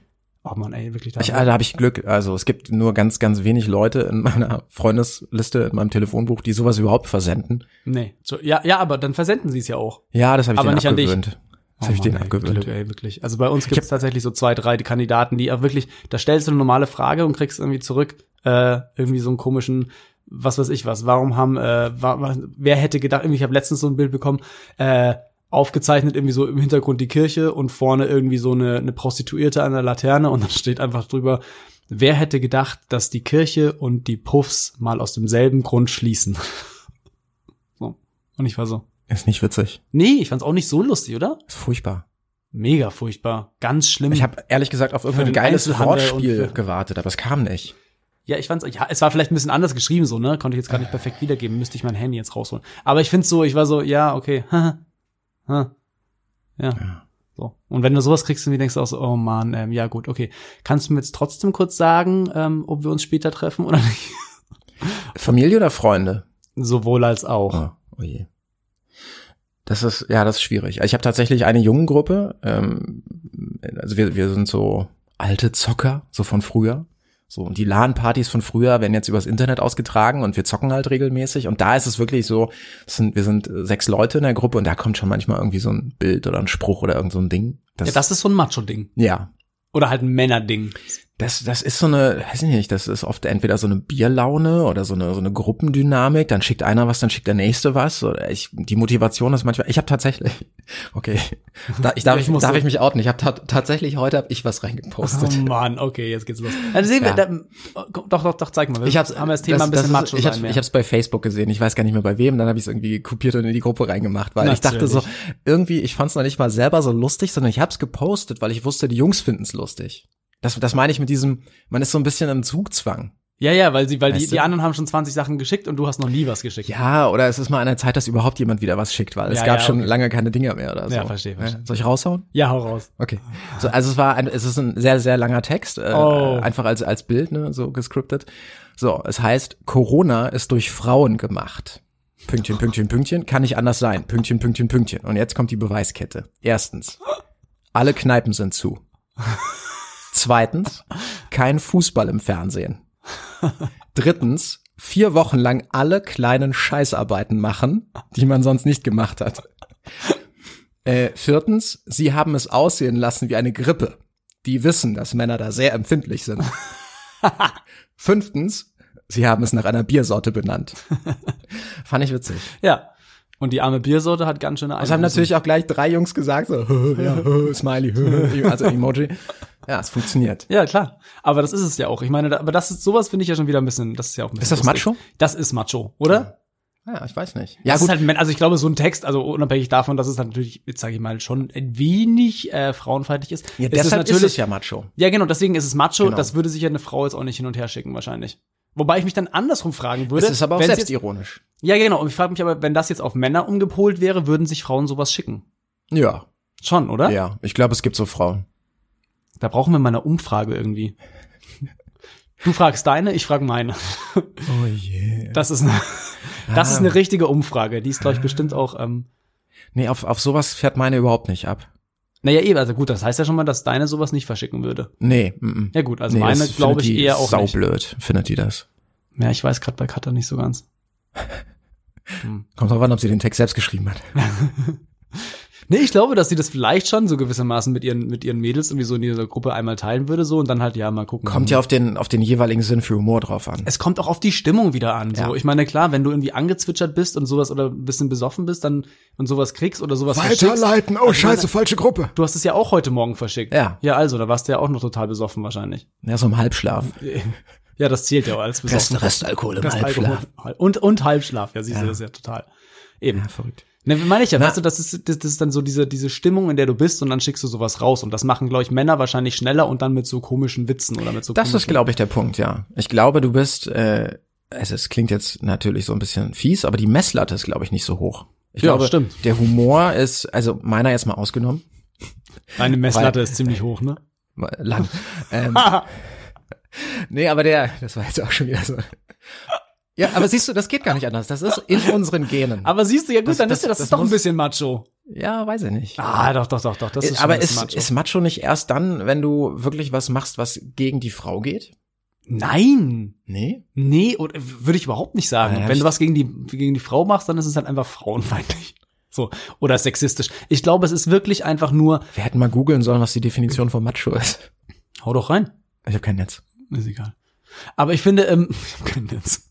C: Oh man, ey, wirklich da.
B: Ich, ah, da habe ich Glück. Also es gibt nur ganz, ganz wenig Leute in meiner Freundesliste, in meinem Telefonbuch, die sowas überhaupt versenden.
C: Nee. So, ja, ja, aber dann versenden sie es ja auch.
B: Ja, das habe ich
C: Aber
B: denen
C: nicht an dich.
B: abgewöhnt. Das habe ich
C: Oh Mann,
B: denen
C: ey, Glück,
B: abgewöhnt.
C: Ey, wirklich. Also bei uns gibt es tatsächlich so zwei, drei Kandidaten, die auch wirklich, da stellst du eine normale Frage und kriegst irgendwie zurück äh, irgendwie so einen komischen, was weiß ich was. Warum haben, äh, wa, wa, wer hätte gedacht, irgendwie, ich habe letztens so ein Bild bekommen, äh, aufgezeichnet irgendwie so im Hintergrund die Kirche und vorne irgendwie so eine, eine Prostituierte an der Laterne und dann steht einfach drüber, wer hätte gedacht, dass die Kirche und die Puffs mal aus demselben Grund schließen. [LAUGHS] so. Und ich war so.
B: Ist nicht witzig.
C: Nee, ich fand's auch nicht so lustig, oder?
B: Ist furchtbar.
C: Mega furchtbar. Ganz schlimm.
B: Ich habe ehrlich gesagt auf irgendein
C: den
B: geiles
C: Einzelhandel
B: Wortspiel
C: und für-
B: gewartet, aber es kam nicht.
C: ja, ich fand's, ja, es war vielleicht ein bisschen anders geschrieben, so, ne? Konnte ich jetzt gar
B: Äh.
C: nicht perfekt wiedergeben, müsste ich mein Handy jetzt rausholen. Aber ich find's so, ich war so, ja, okay. [LAUGHS] Ha, ha, ja.
B: Ja.
C: So. Und wenn du sowas kriegst, dann denkst du auch so, oh Mann, ähm, ja gut, okay. Kannst du mir jetzt trotzdem kurz sagen, ähm, ob wir uns später treffen oder nicht? [LAUGHS]
B: Familie oder Freunde?
C: Sowohl als auch.
B: Oh, oh je. Das ist, ja, das ist schwierig. Ich habe tatsächlich eine Jungengruppe, ähm, also wir, wir sind so alte Zocker, so von früher. So, und die LAN-Partys von früher werden jetzt übers Internet ausgetragen und wir zocken halt regelmäßig. Und da ist es wirklich so, es sind, wir sind äh, sechs Leute in der Gruppe und da kommt schon manchmal irgendwie so ein Bild oder ein Spruch oder irgend so ein Ding. Das,
C: Ja, das ist so ein Macho-Ding.
B: ja.
C: Oder halt ein
B: [LAUGHS]
C: Männer-Ding.
B: Das, das ist so eine, weiß ich nicht, das ist oft entweder so eine Bierlaune oder so eine, so eine Gruppendynamik, dann schickt einer was, dann schickt der nächste was. Oder ich, die Motivation ist manchmal, ich habe tatsächlich, [LAUGHS] okay, da, ich, darf,
C: Ich
B: ich,
C: muss
B: darf
C: so-
B: ich mich outen, ich habe ta tatsächlich, heute habe ich was
C: Oh
B: reingepostet.
C: Mann, okay, jetzt geht's los. Also sehen
B: Ja.
C: wir, da, oh, doch, doch, doch, zeig mal. Wir haben wir das Thema ein bisschen
B: das ist,
C: Macho
B: Ich
C: sein
B: habe
C: mehr.
B: es bei Facebook gesehen, ich weiß gar nicht mehr bei wem, dann habe ich es irgendwie kopiert und in die Gruppe reingemacht, weil ich dachte so,
C: Natürlich.
B: irgendwie, ich fand es noch nicht mal selber so lustig, sondern ich habe es gepostet, weil ich wusste, die Jungs finden es lustig. Das, das meine ich mit diesem, man ist so ein bisschen im Zugzwang.
C: ja, ja, weil sie, weil die,
B: Weißt du?
C: die anderen haben schon 20 Sachen geschickt und du hast noch nie was geschickt.
B: Ja, oder es ist mal an der Zeit, dass überhaupt jemand wieder was schickt, weil es
C: Ja,
B: gab
C: ja,
B: schon
C: okay.
B: lange keine Dinger mehr oder so.
C: Ja, verstehe, verstehe.
B: Soll ich raushauen?
C: Ja, hau raus.
B: Okay. So, also es war ein, es ist ein sehr, sehr langer Text, äh,
C: Oh.
B: einfach als, als Bild, ne, so gescriptet. So, es heißt, Corona ist durch Frauen gemacht. Pünktchen, Pünktchen, Pünktchen, kann nicht anders sein. Pünktchen, Pünktchen, Pünktchen. Und jetzt kommt die Beweiskette. Erstens, alle Kneipen sind zu. Zweitens, kein Fußball im Fernsehen. Drittens, vier Wochen lang alle kleinen Scheißarbeiten machen, die man sonst nicht gemacht hat. Äh, viertens, sie haben es aussehen lassen wie eine Grippe. Die wissen, dass Männer da sehr empfindlich
C: [LAUGHS]
B: sind. Fünftens, sie haben es nach einer Biersorte
C: [LAUGHS]
B: benannt. Fand ich witzig.
C: Ja. Und die arme Biersorte hat ganz schöne
B: Das haben natürlich auch gleich drei Jungs gesagt, so, [LAUGHS] ja, Smiley, [LAUGHS] also Emoji. Ja, es funktioniert.
C: Ja, klar. Aber das ist es ja auch. Ich meine, da, aber das ist, sowas finde ich ja schon wieder ein bisschen, das ist ja auch ein bisschen
B: Ist das
C: lustig.
B: Macho?
C: Das ist Macho, oder?
B: Ja, ich weiß nicht. Ja,
C: Das ist
B: gut.
C: halt, ein Män- also ich glaube, so ein Text, also unabhängig davon, dass es halt natürlich, jetzt sage ich mal, schon ein wenig äh, frauenfeindlich ist.
B: Ja,
C: ist es
B: deshalb
C: natürlich,
B: ist es ja Macho.
C: Ja, genau, deswegen ist es Macho.
B: Genau.
C: Das würde sich ja eine Frau jetzt auch nicht hin und her schicken, wahrscheinlich. Wobei ich mich dann andersrum fragen würde.
B: Es ist aber auch
C: wenn's
B: selbstironisch.
C: Jetzt, ja, genau. Und ich frage mich aber, wenn das jetzt auf Männer umgepolt wäre, würden sich Frauen sowas schicken.
B: Ja,
C: Schon, oder?
B: ja. Ich glaube, es gibt so Frauen.
C: Da brauchen wir mal eine Umfrage irgendwie. Du fragst deine, ich frage meine.
B: Oh je.
C: Das ist eine, das
B: Ah.
C: ist eine richtige Umfrage. Die ist, glaube ich, bestimmt auch. Ähm,
B: Nee, auf, auf sowas fährt meine überhaupt nicht ab.
C: naja, eben, also gut, das heißt ja schon mal, dass deine sowas nicht verschicken würde.
B: Nee, mm, mm.
C: Ja gut, also
B: Nee,
C: meine
B: das
C: glaube
B: findet
C: ich
B: die
C: eher auch nicht.
B: saublöd, findet die das.
C: Ja, ich weiß gerade bei Katha nicht so ganz.
B: Kommt drauf an, ob sie den Text selbst geschrieben hat.
C: Nee, ich glaube, dass sie das vielleicht schon so gewissermaßen mit ihren, mit ihren Mädels irgendwie so in dieser Gruppe einmal teilen würde, so und dann halt ja mal gucken.
B: [LAUGHS] Kommt ja auf den, auf den jeweiligen Sinn für Humor drauf an.
C: Es kommt auch auf die Stimmung wieder an. So,
B: Ja.
C: ich meine, klar, wenn du irgendwie angezwitschert bist und sowas oder ein bisschen besoffen bist, dann und sowas kriegst oder sowas verschickst. Also,
B: oh scheiße, falsche Gruppe.
C: Du hast es ja auch heute Morgen verschickt.
B: Ja.
C: Ja, also, da warst du ja auch noch total besoffen wahrscheinlich. [LAUGHS]
B: Ja, so im Halbschlaf.
C: Ja, das zählt ja auch als besoffen.
B: Restalkohol im
C: Alkohol. Und, und Halbschlaf, ja, siehst du, das ist ja total. Eben.
B: Ja, verrückt.
C: Ne, meine ich ja,
B: Na.
C: weißt du, das ist, das, das ist dann so diese, diese Stimmung, in der du bist und dann schickst du sowas raus. Und das machen, glaube ich, Männer wahrscheinlich schneller und dann mit so komischen Witzen oder mit so
B: Das ist,
C: komischen.
B: glaube ich, der Punkt, ja. Ich glaube, du bist, äh, also es klingt jetzt natürlich so ein bisschen fies, aber die Messlatte ist, glaube ich, nicht so hoch. Ich
C: Ja,
B: glaube,
C: stimmt.
B: der Humor ist, also meiner jetzt mal ausgenommen,
C: Deine Messlatte
B: weil-
C: ist ziemlich hoch, ne?
B: mal
C: [LAUGHS]
B: lang. ähm, nee, aber der, das war jetzt auch schon wieder so. Ja, aber siehst du, das geht gar nicht anders. Das ist in unseren Genen.
C: Aber siehst du, ja gut,
B: Das-
C: dann
B: das-
C: ist ja, das,
B: das
C: ist doch ein
B: muss-
C: bisschen macho.
B: Ja, weiß ich nicht. Äh,
C: Ah, doch, doch, doch, doch, das ist schon
B: aber
C: ein bisschen
B: ist
C: macho.
B: macho. ist macho nicht erst dann, wenn du wirklich was machst, was gegen die Frau geht?
C: Nein.
B: Nee.
C: Nee, oder, würde ich überhaupt nicht sagen.
B: Ja, ja,
C: Wenn du
B: ich-
C: was gegen die, gegen die Frau machst, dann ist es halt einfach frauenfeindlich. [LAUGHS] So. Oder sexistisch. Ich glaube, es ist wirklich einfach nur,
B: Wir hätten mal googeln sollen, was die Definition von macho ist.
C: hau doch rein.
B: Ich habe kein Netz.
C: Ist egal. Aber ich finde, ähm, [LAUGHS] ich hab kein Netz.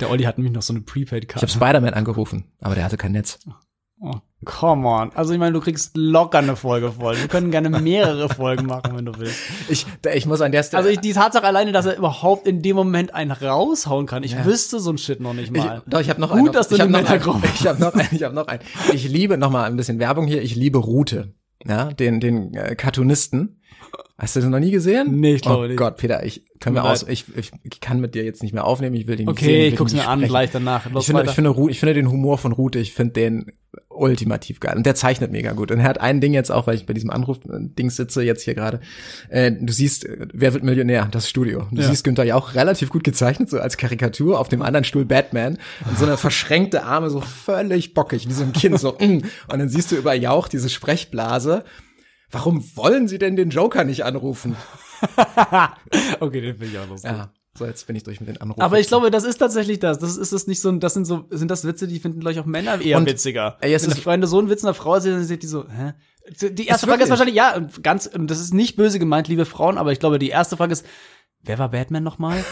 C: Der Olli hat nämlich noch so eine
B: Ich habe
C: Prepaid-Karte.
B: Spider-Man angerufen, aber der hatte kein Netz.
C: Oh, come on. Also ich meine, du kriegst locker eine Folge voll. Wir können gerne mehrere Folgen machen, wenn du willst.
B: [LAUGHS] Ich, ich muss an der Stelle.
C: Also ich, die Tatsache alleine, dass er überhaupt in dem Moment einen raushauen kann. Ich wüsste so ein Shit noch nicht
B: Ich,
C: mal.
B: doch, ich habe noch
C: Gut,
B: einen. noch-
C: dass du
B: ich hab
C: eine
B: noch einen.
C: Männergruppe
B: Ich habe noch einen. Ich habe noch einen. Ich liebe noch mal ein bisschen Werbung hier. Ich liebe Rute. Ja, den den äh, Cartoonisten. Hast du den noch nie gesehen?
C: Nee, ich glaube
B: oh
C: nicht.
B: Gott, Peter, ich können wir
C: Tut mir
B: aus. Ich, ich, ich kann mit dir jetzt nicht mehr aufnehmen. Ich will den nicht sehen.
C: okay,
B: will
C: ich guck's
B: den
C: mir
B: nicht
C: an,
B: sprechen.
C: gleich danach. Los,
B: Ich finde, ich
C: weiter.
B: finde, Ru- ich finde den Humor von Rute, ich finde den ultimativ geil. Und der zeichnet mega gut. Und er hat ein Ding jetzt auch, weil ich bei diesem Anruf-Ding sitze, jetzt hier gerade. Äh, du siehst, äh, wer wird Millionär? Das Studio. Du
C: Ja.
B: siehst Günther ja auch relativ gut gezeichnet, so als Karikatur. Auf dem anderen Stuhl Batman. Und
C: [LAUGHS]
B: so eine verschränkte Arme, so völlig bockig, wie so ein Kind. So, mm. Und dann siehst du über Jauch diese Sprechblase. Warum wollen sie denn den Joker nicht anrufen?
C: okay, den finde ich auch lustig.
B: Ja, so jetzt bin ich durch mit den Anrufen.
C: Aber ich glaube, das ist tatsächlich das. Das ist es nicht so. ein- Das sind so sind das Witze, die finden glaube ich auch Männer eher
B: Und,
C: witziger.
B: ey, es
C: Wenn
B: ist-
C: eine Freunde so einen Witz einer Frau sehen, dann sind die so. Hä? Die erste
B: Ist
C: Frage ist
B: wirklich.
C: wahrscheinlich ja und ganz. Und das ist nicht böse gemeint, liebe Frauen, aber ich glaube, die erste Frage ist, wer war Batman nochmal?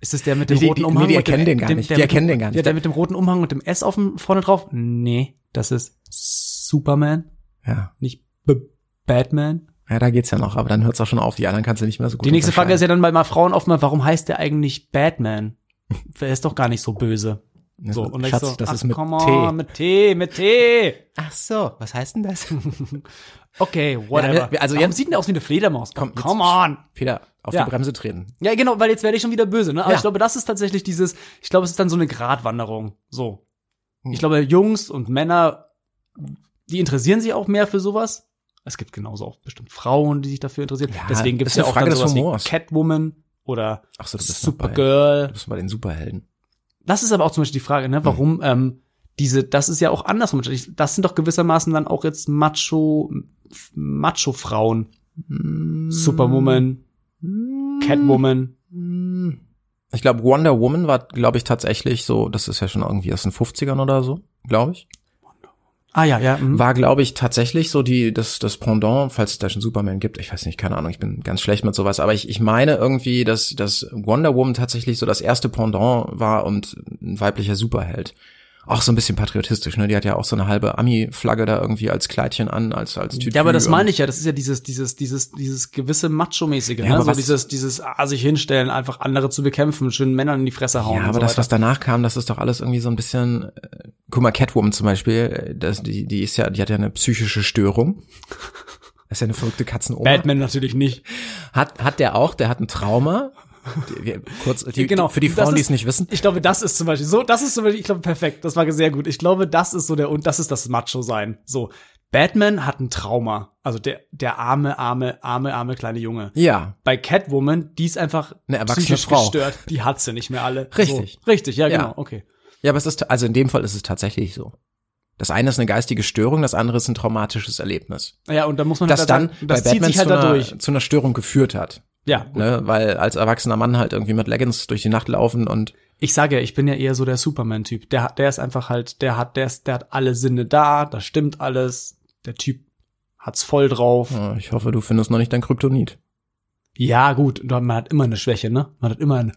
C: Ist es der mit dem
B: Die- die-
C: roten
B: die- nee,
C: Umhang?
B: die
C: und dem-
B: erkennen den gar
C: dem-
B: nicht.
C: der
B: Die
C: mit-
B: erkennen den gar nicht.
C: Ja, der mit dem roten Umhang und dem S auf dem vorne drauf? Nee, das ist Superman,
B: ja.
C: nicht B Batman.
B: ja, da geht's ja noch, aber dann hört's auch schon auf. Die anderen kannst du nicht mehr so gut
C: Die nächste Frage ist
B: unterscheiden.
C: ja dann bei mal Frauen oft mal, warum heißt der eigentlich Batman? Der ist doch gar nicht so böse. So, und dann
B: Schatz,
C: ich so,
B: das
C: ach,
B: ist mit
C: come on,
B: T.
C: mit T, mit T.
B: Ach so, was heißt denn [LAUGHS] das?
C: Okay, whatever.
B: Ja, wir- also
C: Warum
B: jetzt-
C: sieht denn der aus wie eine Fledermaus?
B: Komm, jetzt-
C: come on.
B: Peter, auf
C: Ja.
B: die Bremse treten.
C: Ja, genau, weil jetzt werde ich schon wieder böse, ne? Aber
B: Ja.
C: ich glaube, das ist tatsächlich dieses, ich glaube, es ist dann so eine Gratwanderung. So.
B: Hm.
C: Ich glaube, Jungs und Männer, die interessieren sich auch mehr für sowas. Es gibt genauso auch bestimmt Frauen, die sich dafür interessieren.
B: Ja,
C: Deswegen gibt es
B: ist
C: ja
B: eine
C: auch
B: Frage
C: dann
B: des
C: sowas wie
B: Humors. Also
C: Catwoman oder
B: Ach so, du bist noch bei, du
C: Supergirl.
B: bist bei den Superhelden.
C: Das ist aber auch zum Beispiel die Frage, ne, warum ähm, diese, das ist ja auch andersrum. Das sind doch gewissermaßen dann auch jetzt Macho, Macho-Frauen. Hm. Superwoman, Catwoman.
B: Ich glaube, Wonder Woman war, glaube ich, tatsächlich so, das ist ja schon irgendwie aus den 50ern oder so, glaube ich.
C: Ah ja, ja. mhm.
B: War, glaube ich, tatsächlich so die, das, das Pendant, falls es da schon Superman gibt, ich weiß nicht, keine Ahnung, ich bin ganz schlecht mit sowas, aber ich, ich meine irgendwie, dass, dass Wonder Woman tatsächlich so das erste Pendant war und ein weiblicher Superheld. Auch so ein bisschen patriotistisch, ne? Die hat ja auch so eine halbe Ami-Flagge da irgendwie als Kleidchen an, als, als Tüte.
C: Ja, aber das meine ich ja. Das ist ja dieses, dieses, dieses, dieses gewisse Macho-mäßige,
B: aber
C: ne? So
B: was-
C: dieses, dieses ah, sich hinstellen, einfach andere zu bekämpfen, schön Männern in die Fresse hauen.
B: Ja,
C: und
B: aber
C: so
B: das,
C: weiter.
B: was danach kam, das ist doch alles irgendwie so ein bisschen. Äh, guck mal, Catwoman zum Beispiel, äh, das, die, die ist ja, die hat ja eine psychische
C: [LAUGHS]
B: Störung. Das ist ja eine verrückte Katzenoma.
C: Batman natürlich nicht.
B: Hat, hat der auch, der hat ein Trauma. Die, wir, kurz, die, genau, für die
C: das
B: Frauen, die
C: ist-
B: es nicht wissen.
C: Ich glaube, das ist zum Beispiel so, das ist zum Beispiel, ich glaube, perfekt. Das war sehr gut. Ich glaube, das ist so der, und das ist das Macho-Sein. So. Batman hat ein Trauma. Also der, der arme, arme, arme, arme kleine Junge.
B: Ja,
C: Bei Catwoman, die ist einfach
B: Eine erwachsene
C: psychisch
B: Frau.
C: gestört. Die hat sie nicht mehr alle.
B: Richtig.
C: So. Richtig, ja,
B: Ja.
C: genau. Okay.
B: ja, aber es ist, also in dem Fall ist es tatsächlich so. Das eine ist eine geistige Störung, das andere ist ein traumatisches Erlebnis.
C: Ja, und da muss man
B: Das
C: halt sagen,
B: dann
C: das
B: bei
C: zieht
B: Batman
C: sich halt
B: zu,
C: da
B: einer,
C: durch.
B: zu einer Störung geführt hat.
C: Ja,
B: Ne? Weil als erwachsener Mann halt irgendwie mit Leggings durch die Nacht laufen und
C: Ich sage ja, ich bin ja eher so der Superman-Typ. Der, hat- der ist einfach halt, der hat, der, ist, der hat alle Sinne da, da stimmt alles. Der Typ hat's voll drauf.
B: äh, ich hoffe, du findest noch nicht dein Kryptonit.
C: Ja, gut, und man hat immer eine Schwäche, ne? Man hat immer eine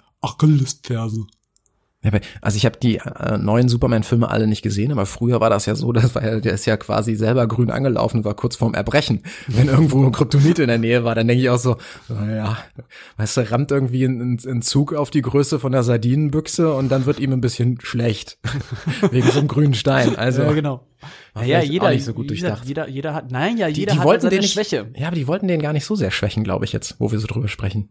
C: Achillesferse.
B: Ja, aber- Also ich habe die äh, neuen Superman-Filme alle nicht gesehen, aber früher war das ja so, [LAUGHS] das war ja, der ist ja quasi selber grün angelaufen, war kurz vorm Erbrechen. Wenn irgendwo ein Kryptonit in der Nähe war, dann denke ich auch so, naja, weißt du, rammt irgendwie ein, ein Zug auf die Größe von der Sardinenbüchse und dann wird ihm ein bisschen schlecht. [LAUGHS] Wegen so einem grünen Stein. Also
C: ja, genau.
B: war
C: ja,
B: vielleicht auch
C: jeder,
B: nicht so gut
C: jeder,
B: durchdacht.
C: jeder, jeder hat, nein, ja,
B: die,
C: jeder
B: die
C: hat halt
B: wollten
C: seine
B: den nicht,
C: Schwäche.
B: Ja, aber die wollten den gar nicht so sehr schwächen, glaube ich jetzt, wo wir so drüber sprechen.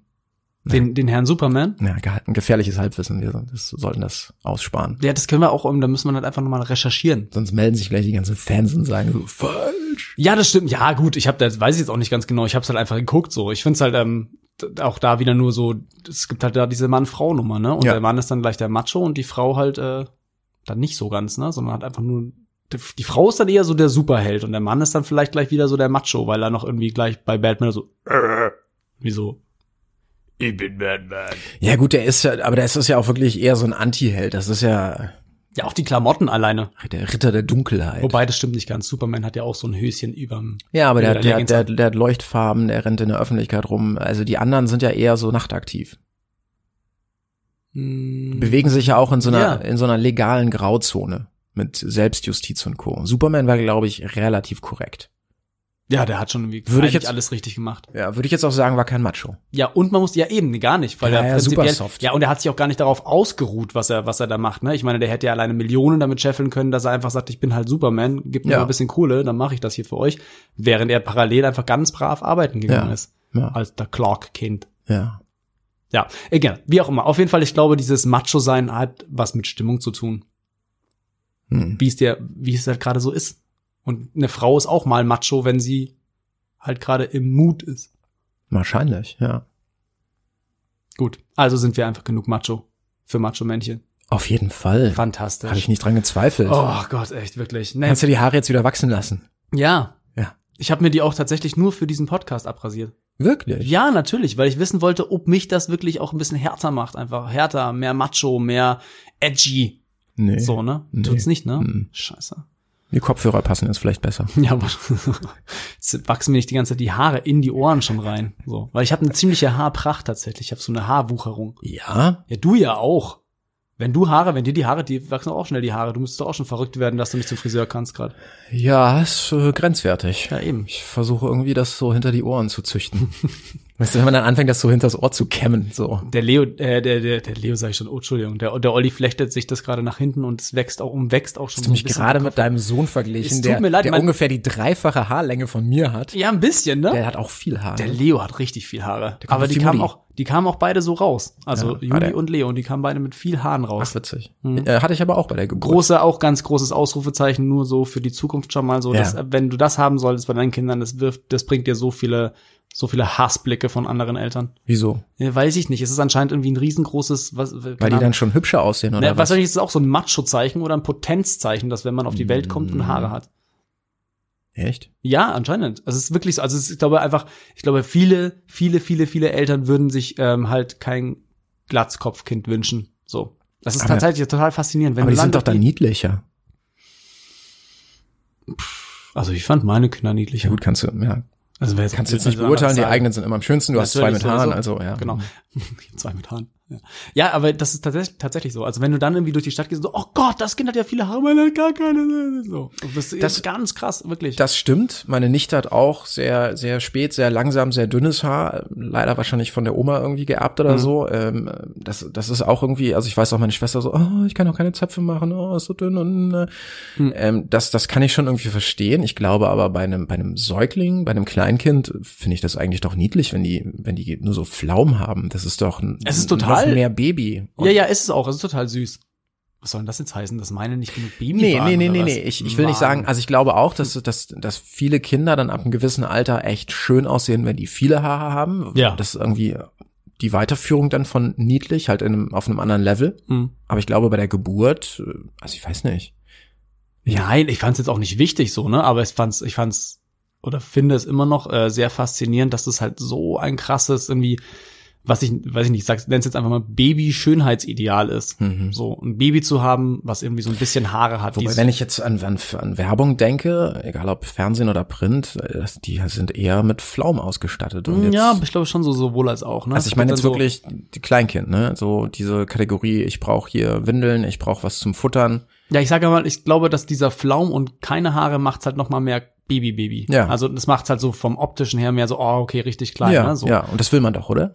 C: Den, den Herrn Superman.
B: Ja, ge- ein gefährliches Halbwissen, wir das, sollten das aussparen.
C: Ja, das können wir auch, um, da müssen wir halt einfach nochmal recherchieren.
B: Sonst melden sich gleich die ganzen Fans und sagen so, falsch.
C: Ja, das stimmt. Ja, gut, ich habe das weiß ich jetzt auch nicht ganz genau. Ich habe es halt einfach geguckt so. Ich find's halt ähm, d- auch da wieder nur so, es gibt halt da diese Mann-Frau-Nummer, ne? Und
B: Ja.
C: der Mann ist dann gleich der Macho und die Frau halt äh, dann nicht so ganz, ne? Sondern hat einfach nur die, die Frau ist dann eher so der Superheld und der Mann ist dann vielleicht gleich wieder so der Macho, weil er noch irgendwie gleich bei Batman so äh, wie so ich bin Batman.
B: Ja gut, der ist ja, aber der ist das ja auch wirklich eher so ein Anti-Held. Das ist ja
C: Ja, auch die Klamotten alleine.
B: der Ritter der Dunkelheit.
C: Wobei das stimmt nicht ganz. Superman hat ja auch so ein Höschen überm
B: ja, aber der,
C: Ja,
B: der,
C: der
B: der, der hat Leuchtfarben, der rennt in der Öffentlichkeit rum. Also die anderen sind ja eher so nachtaktiv.
C: hm,
B: Bewegen sich ja auch in so einer,
C: Ja.
B: in so einer legalen Grauzone mit Selbstjustiz und Co. Superman war, glaube ich, relativ korrekt.
C: Ja, der hat schon irgendwie
B: Würde ich
C: eigentlich
B: jetzt-
C: alles richtig gemacht.
B: Ja, würde ich jetzt auch sagen, war kein Macho.
C: Ja, und man muss ja eben gar nicht, weil
B: Ja,
C: er
B: ja,
C: prinzipiell-
B: super soft.
C: Ja, und er hat sich auch gar nicht darauf ausgeruht, was er was er da macht, ne? Ich meine, der hätte ja alleine Millionen damit scheffeln können, dass er einfach sagt, ich bin halt Superman, gib mir
B: Ja.
C: mal ein bisschen Kohle, dann mache ich das hier für euch, während er parallel einfach ganz brav arbeiten gegangen
B: Ja.
C: ist
B: Ja,
C: als der Clark Kind.
B: ja.
C: Ja, egal, wie auch immer. Auf jeden Fall, ich glaube, dieses Macho sein hat was mit Stimmung zu tun,
B: Hm.
C: wie es dir wie es halt gerade so ist. Und eine Frau ist auch mal Macho, wenn sie halt gerade im Mut ist.
B: Wahrscheinlich, ja.
C: Gut, also sind wir einfach genug Macho für Macho Männchen.
B: Auf jeden Fall.
C: Fantastisch.
B: Habe ich nicht dran gezweifelt.
C: Oh Gott, Oh echt wirklich. Nee.
B: Kannst du die Haare jetzt wieder wachsen lassen?
C: Ja.
B: Ja.
C: Ich habe mir die auch tatsächlich nur für diesen Podcast abrasiert.
B: Wirklich?
C: Ja, natürlich, weil ich wissen wollte, ob mich das wirklich auch ein bisschen härter macht. Einfach härter, mehr macho, mehr edgy.
B: Nee.
C: So, ne?
B: Nee.
C: Tut's nicht, ne?
B: Mhm.
C: Scheiße. [LAUGHS]
B: Die Kopfhörer passen jetzt vielleicht besser.
C: Ja, aber [LAUGHS] jetzt wachsen mir nicht die ganze Zeit die Haare in die Ohren schon rein. So. Weil ich habe eine ziemliche Haarpracht tatsächlich. Ich habe so eine Haarwucherung.
B: Ja?
C: Ja, du ja auch. Wenn du Haare, wenn dir die Haare, die wachsen auch schnell die Haare. Du müsstest doch auch schon verrückt werden, dass du nicht zum Friseur kannst gerade.
B: Ja, ist äh, grenzwertig.
C: Ja, eben.
B: Ich versuche irgendwie, das so hinter die Ohren zu züchten. [LAUGHS] weißt du, wenn man dann anfängt, das so hinters Ohr zu kämmen, so.
C: Der Leo, äh, der, der, der Leo sag ich schon, oh, Entschuldigung, der, der Olli flechtet sich das gerade nach hinten und es wächst auch, und wächst auch schon
B: Hast du mich gerade mit deinem Sohn
C: Es
B: verglichen,
C: tut
B: der,
C: mir leid,
B: der
C: mein-
B: ungefähr die dreifache Haarlänge von mir hat?
C: Ja, ein bisschen, ne?
B: Der hat auch viel Haar.
C: Der
B: ne?
C: Leo hat richtig viel Haare.
B: kommt
C: Aber
B: aus
C: die
B: Juli.
C: kamen auch, die kamen auch beide so raus. Also
B: Ja,
C: Juli
B: beide.
C: und Leo, und die kamen beide mit viel Haaren raus.
B: Ach, witzig. Äh, hatte ich aber auch bei der Geburt.
C: Große, auch ganz großes Ausrufezeichen, nur so für die Zukunft schon mal so,
B: Ja.
C: dass, äh, wenn du das haben solltest bei deinen Kindern, das wirft, das bringt dir so viele, so viele Hassblicke von anderen Eltern.
B: Wieso?
C: Ja, weiß ich nicht. Es ist anscheinend irgendwie ein riesengroßes, was, keine
B: Weil die
C: Ahnung.
B: dann schon hübscher aussehen, oder
C: Na,
B: was?
C: was ist das auch so ein Macho-Zeichen oder ein Potenzzeichen, dass wenn man auf die Welt kommt
B: Mhm.
C: und Haare hat?
B: Echt?
C: Ja, anscheinend. Also es ist wirklich so. Also es ist, ich glaube einfach, ich glaube viele, viele, viele, viele Eltern würden sich ähm, halt kein Glatzkopfkind wünschen. So. Das ist
B: Aber-
C: tatsächlich total faszinierend. Wenn
B: Ah, Aber
C: du
B: die sind doch
C: lange-
B: dann niedlicher.
C: Also ich fand meine Kinder niedlich.
B: Ja gut, kannst du, ja.
C: Also wer
B: Kannst du jetzt nicht beurteilen, die eigenen sind immer am schönsten, du hast zwei mit
C: Natürlich
B: Haaren,
C: sowieso.
B: also ja.
C: Genau. [LAUGHS] Zwei mit Haaren. Ja. ja, aber das ist tatsächlich, tatsächlich so. Also wenn du dann irgendwie durch die Stadt gehst, so, oh Gott, das Kind hat ja viele Haare, meine hat gar keine. So. Das ist
B: Das-
C: ganz krass, wirklich.
B: Das stimmt. Meine Nichte hat auch sehr, sehr spät, sehr langsam, sehr dünnes Haar. Leider wahrscheinlich von der Oma irgendwie geerbt oder
C: Mhm.
B: so. Ähm, das, das ist auch irgendwie, also ich weiß auch meine Schwester so, oh, ich kann auch keine Zöpfe machen, oh, ist so dünn und äh.
C: Mhm.
B: ähm, das, das kann ich schon irgendwie verstehen. Ich glaube aber bei einem, bei einem Säugling, bei einem Kleinkind finde ich das eigentlich doch niedlich, wenn die, wenn die nur so Pflaumen haben. Das ist doch ein,
C: Es ist total-
B: noch mehr Baby. Und-
C: ja, ja, ist es auch. Es ist total süß. Was soll denn das jetzt heißen, dass meine nicht genug Baby
B: Nee,
C: waren?
B: nee, nee, nee,
C: oder was?
B: nee. Ich, ich will nicht sagen, also ich glaube auch, dass, dass, dass viele Kinder dann ab einem gewissen Alter echt schön aussehen, wenn die viele Haare haben.
C: Ja.
B: Das ist irgendwie die Weiterführung dann von niedlich, halt in einem, auf einem anderen Level.
C: Hm.
B: Aber ich glaube, bei der Geburt, äh, also ich weiß nicht.
C: Nein, ich fand's jetzt auch nicht wichtig so, ne? Aber ich fand's, ich fand's oder finde es immer noch äh, sehr faszinierend, dass es halt so ein krasses irgendwie, was ich, weiß ich nicht, ich sag's, nenn's jetzt einfach mal Baby-Schönheitsideal ist.
B: Mhm.
C: So ein Baby zu haben, was irgendwie so ein bisschen Haare hat. die
B: Wobei,
C: so-
B: wenn ich jetzt an, an, an Werbung denke, egal ob Fernsehen oder Print, äh, das- die sind eher mit Pflaumen ausgestattet. Und jetzt,
C: Hm, ja, aber ich glaube schon so sowohl als auch, ne?
B: Also ich meine
C: Dann
B: jetzt
C: so-
B: wirklich die Kleinkind, ne? So diese Kategorie, ich brauche hier Windeln, ich brauche was zum Futtern.
C: Ja, ich sage mal, ich glaube, dass dieser Flaum und keine Haare macht's halt noch mal mehr Baby-Baby.
B: Ja.
C: Also das macht's halt so vom optischen her mehr so, oh, okay, richtig klein.
B: ja,
C: ne? so.
B: ja, und das will man doch, oder?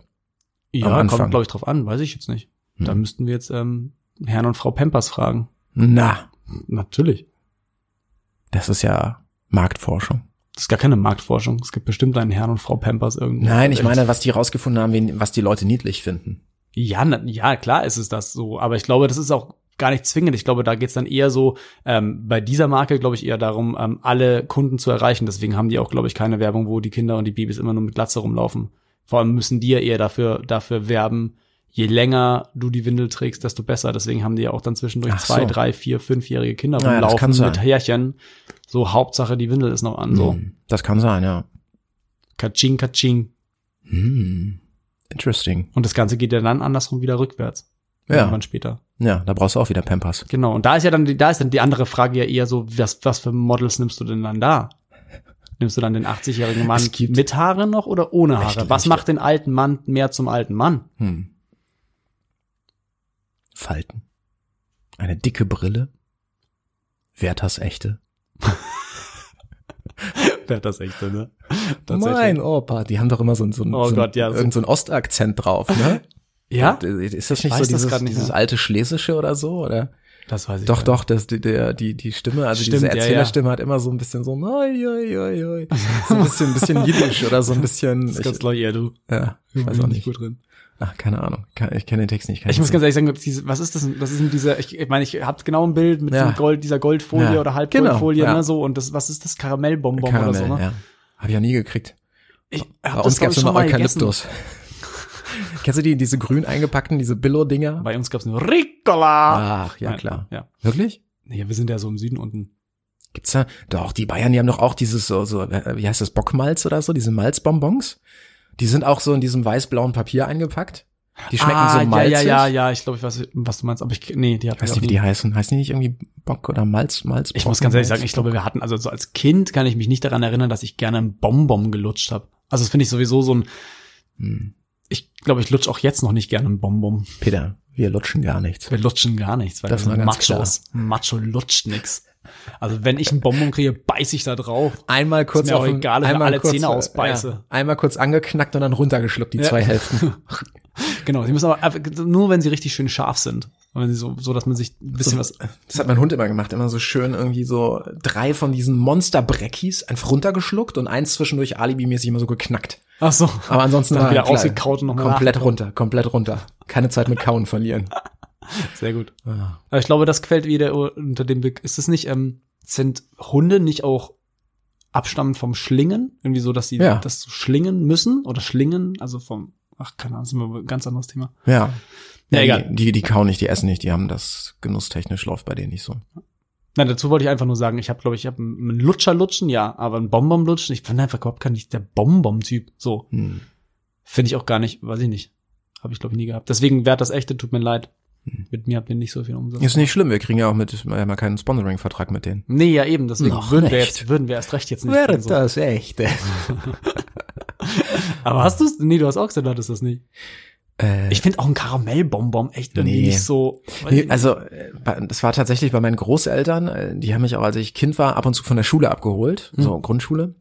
B: am
C: ja
B: Anfang.
C: kommt, glaube ich, drauf an, weiß ich jetzt nicht.
B: Hm.
C: Da müssten wir jetzt ähm, Herrn und Frau Pampers fragen.
B: Na,
C: Natürlich.
B: das ist ja Marktforschung.
C: Das ist gar keine Marktforschung. Es gibt bestimmt einen Herrn und Frau Pampers irgendwo.
B: Nein, ich meine, was die rausgefunden haben, wen- was die Leute niedlich finden.
C: Ja, na, ja, klar ist es das so. Aber ich glaube, das ist auch gar nicht zwingend. Ich glaube, da geht's dann eher so, ähm, bei dieser Marke, glaube ich, eher darum, ähm, alle Kunden zu erreichen. Deswegen haben die auch, glaube ich, keine Werbung, wo die Kinder und die Babys immer nur mit Glatze rumlaufen. Vor allem müssen die ja eher dafür, dafür werben, je länger du die Windel trägst, desto besser. Deswegen haben die ja auch dann zwischendurch
B: Ach
C: zwei,
B: so.
C: drei, vier, fünfjährige Kinder
B: Ja, das
C: rumlaufen
B: kann sein.
C: mit Härchen. So, Hauptsache, die Windel ist noch an. So,
B: Hm, Das kann sein, ja.
C: katsching, katsching.
B: Hm. Interesting.
C: Und das Ganze geht ja dann andersrum wieder rückwärts.
B: Ja.
C: Irgendwann später.
B: Ja, da brauchst du auch wieder Pampers.
C: Genau, und da ist ja dann, die- da ist dann die andere Frage ja eher so, was, was für Models nimmst du denn dann da? Nimmst du dann den 80-jährigen Mann
B: Es gibt-
C: mit Haare noch oder ohne Haare?
B: Echt,
C: was
B: echt.
C: macht den alten Mann mehr zum alten Mann?
B: Hm. Falten. Eine dicke Brille. Werthers echte.
C: Wäre das echt so, ne?
B: Mein Opa, die haben doch immer so, ein- so, ein-
C: Oh
B: so, ein-
C: Gott, ja, so-
B: irgend so einen Ostakzent drauf, [LAUGHS] ne?
C: Ja?
B: Und, äh, Ist das
C: Ich
B: nicht
C: weiß
B: so
C: das
B: dieses,
C: grad nicht
B: dieses
C: mehr.
B: alte Schlesische oder so, oder?
C: Das weiß ich
B: Doch,
C: nicht.
B: doch, das, die, der, die, die Stimme, also
C: Stimmt,
B: diese
C: ja, ja.
B: Erzählerstimme hat immer so ein bisschen so, oi, oi, oi, oi. so ein
C: [LAUGHS]
B: bisschen, ein bisschen jiddisch oder so ein bisschen,
C: Das ist
B: ich,
C: ganz neu, ja, du.
B: ja, ich weiß
C: Bin
B: auch
C: ich
B: nicht.
C: gut drin.
B: Ach, keine Ahnung, Ke- ich kenne den Text nicht. kann
C: Ich muss
B: nicht
C: ganz ehrlich sagen, diese, was ist das denn? Das ist denn dieser, ich, ich meine, ich hab genau ein Bild mit
B: Ja.
C: diesem Gold, dieser Goldfolie
B: Ja.
C: oder Halbgoldfolie,
B: Genau, ja.
C: ne, so, und das, was ist das? Karamellbonbon
B: Karamell,
C: oder so, ne?
B: ja. Habe ich auch nie gekriegt.
C: Ich hab
B: Bei uns
C: glaub
B: gab
C: ich,
B: es
C: schon
B: immer
C: mal gegessen. [LAUGHS]
B: Eukalyptus. Kennst du die, diese grün eingepackten, diese Billo-Dinger?
C: Bei uns gab's nur Ricola.
B: Ach, Ah, ja,
C: Nein,
B: klar.
C: Ja.
B: Wirklich?
C: Ja, wir sind ja so im Süden unten.
B: Gibt's da? Doch, die Bayern, die haben doch auch dieses so, so, äh, wie heißt das, Bockmalz oder so, diese Malzbonbons. Die sind auch so in diesem weiß-blauen Papier eingepackt. Die schmecken
C: ah,
B: so malzig.
C: Ja, ja, ja, ja, ich glaube, ich weiß, was du meinst, aber ich, nee, die
B: Ich weiß nicht, wie die heißen. Heißen die nicht irgendwie Bock oder Malz, Malz?
C: Ich muss ganz ehrlich sagen, ich glaube, wir hatten, also so als Kind kann ich mich nicht daran erinnern, dass ich gerne einen Bonbon gelutscht habe. Also das finde ich sowieso so ein,
B: Hm.
C: ich glaube, ich lutsche auch jetzt noch nicht gerne einen Bonbon.
B: Peter, wir lutschen gar nichts.
C: Wir lutschen gar nichts, weil
B: Das
C: wir
B: war
C: sind
B: ganz
C: Machos. Macho lutscht nix. Also wenn ich einen Bonbon kriege, beiß ich da drauf.
B: Einmal kurz
C: Ist mir auch
B: auf den-
C: egal, ob ich
B: einmal
C: alle
B: kurz,
C: Zähne
B: äh,
C: ausbeiße.
B: Ja, einmal kurz angeknackt und dann runtergeschluckt, die
C: Ja.
B: zwei
C: [LAUGHS]
B: Hälften.
C: Genau, sie müssen aber aber nur, wenn sie richtig schön scharf sind. Und wenn sie so, so dass man sich ein bisschen was.
B: Das hat mein Hund immer gemacht, immer so schön irgendwie so drei von diesen Monster-Breckis einfach runtergeschluckt und eins zwischendurch alibimäßig immer so geknackt.
C: Ach so.
B: Aber ansonsten
C: Dann
B: war
C: wieder
B: Ah, klar,
C: ausgekaut und noch mal
B: komplett runter, komplett runter. Keine Zeit mit Kauen verlieren.
C: Sehr gut.
B: [LAUGHS] Ah.
C: Aber ich glaube, das quält wieder unter dem Be Ist es nicht, ähm, sind Hunde nicht auch abstammend vom Schlingen? Irgendwie so, dass sie
B: Ja.
C: das so schlingen müssen? Oder schlingen? Also vom, ach, keine Ahnung, das ist immer ein ganz anderes Thema.
B: Ja. Ja,
C: Ja, egal.
B: Die, die, die kauen nicht, die essen nicht, die haben das genusstechnisch läuft bei denen nicht so.
C: Nein, dazu wollte ich einfach nur sagen, ich habe, glaube ich, ich habe einen Lutscher lutschen, ja, aber einen Bonbon lutschen, ich bin einfach überhaupt gar nicht der Bonbon-Typ. So,
B: Hm.
C: finde ich auch gar nicht, weiß ich nicht. Habe ich, glaube ich, nie gehabt. Deswegen wert das echte, tut mir leid. Mit mir habt ihr nicht so viel Umsatz.
B: Ist nicht schlimm, wir kriegen Hm. ja auch mit wir haben ja keinen Sponsoring-Vertrag mit denen.
C: Nee, ja eben, deswegen
B: Noch
C: würden wir,
B: nicht.
C: jetzt, würden wir erst recht jetzt nicht. so.
B: das echte?
C: Aber hast du's? Nee, du hast auch gesagt, du hattest das nicht.
B: Äh,
C: Ich finde auch ein Karamellbonbon echt irgendwie
B: Nee.
C: nicht so.
B: Nee, also äh, bei- das war tatsächlich bei meinen Großeltern, äh, die haben mich auch, als ich Kind war, ab und zu von der Schule abgeholt,
C: Hm.
B: so Grundschule.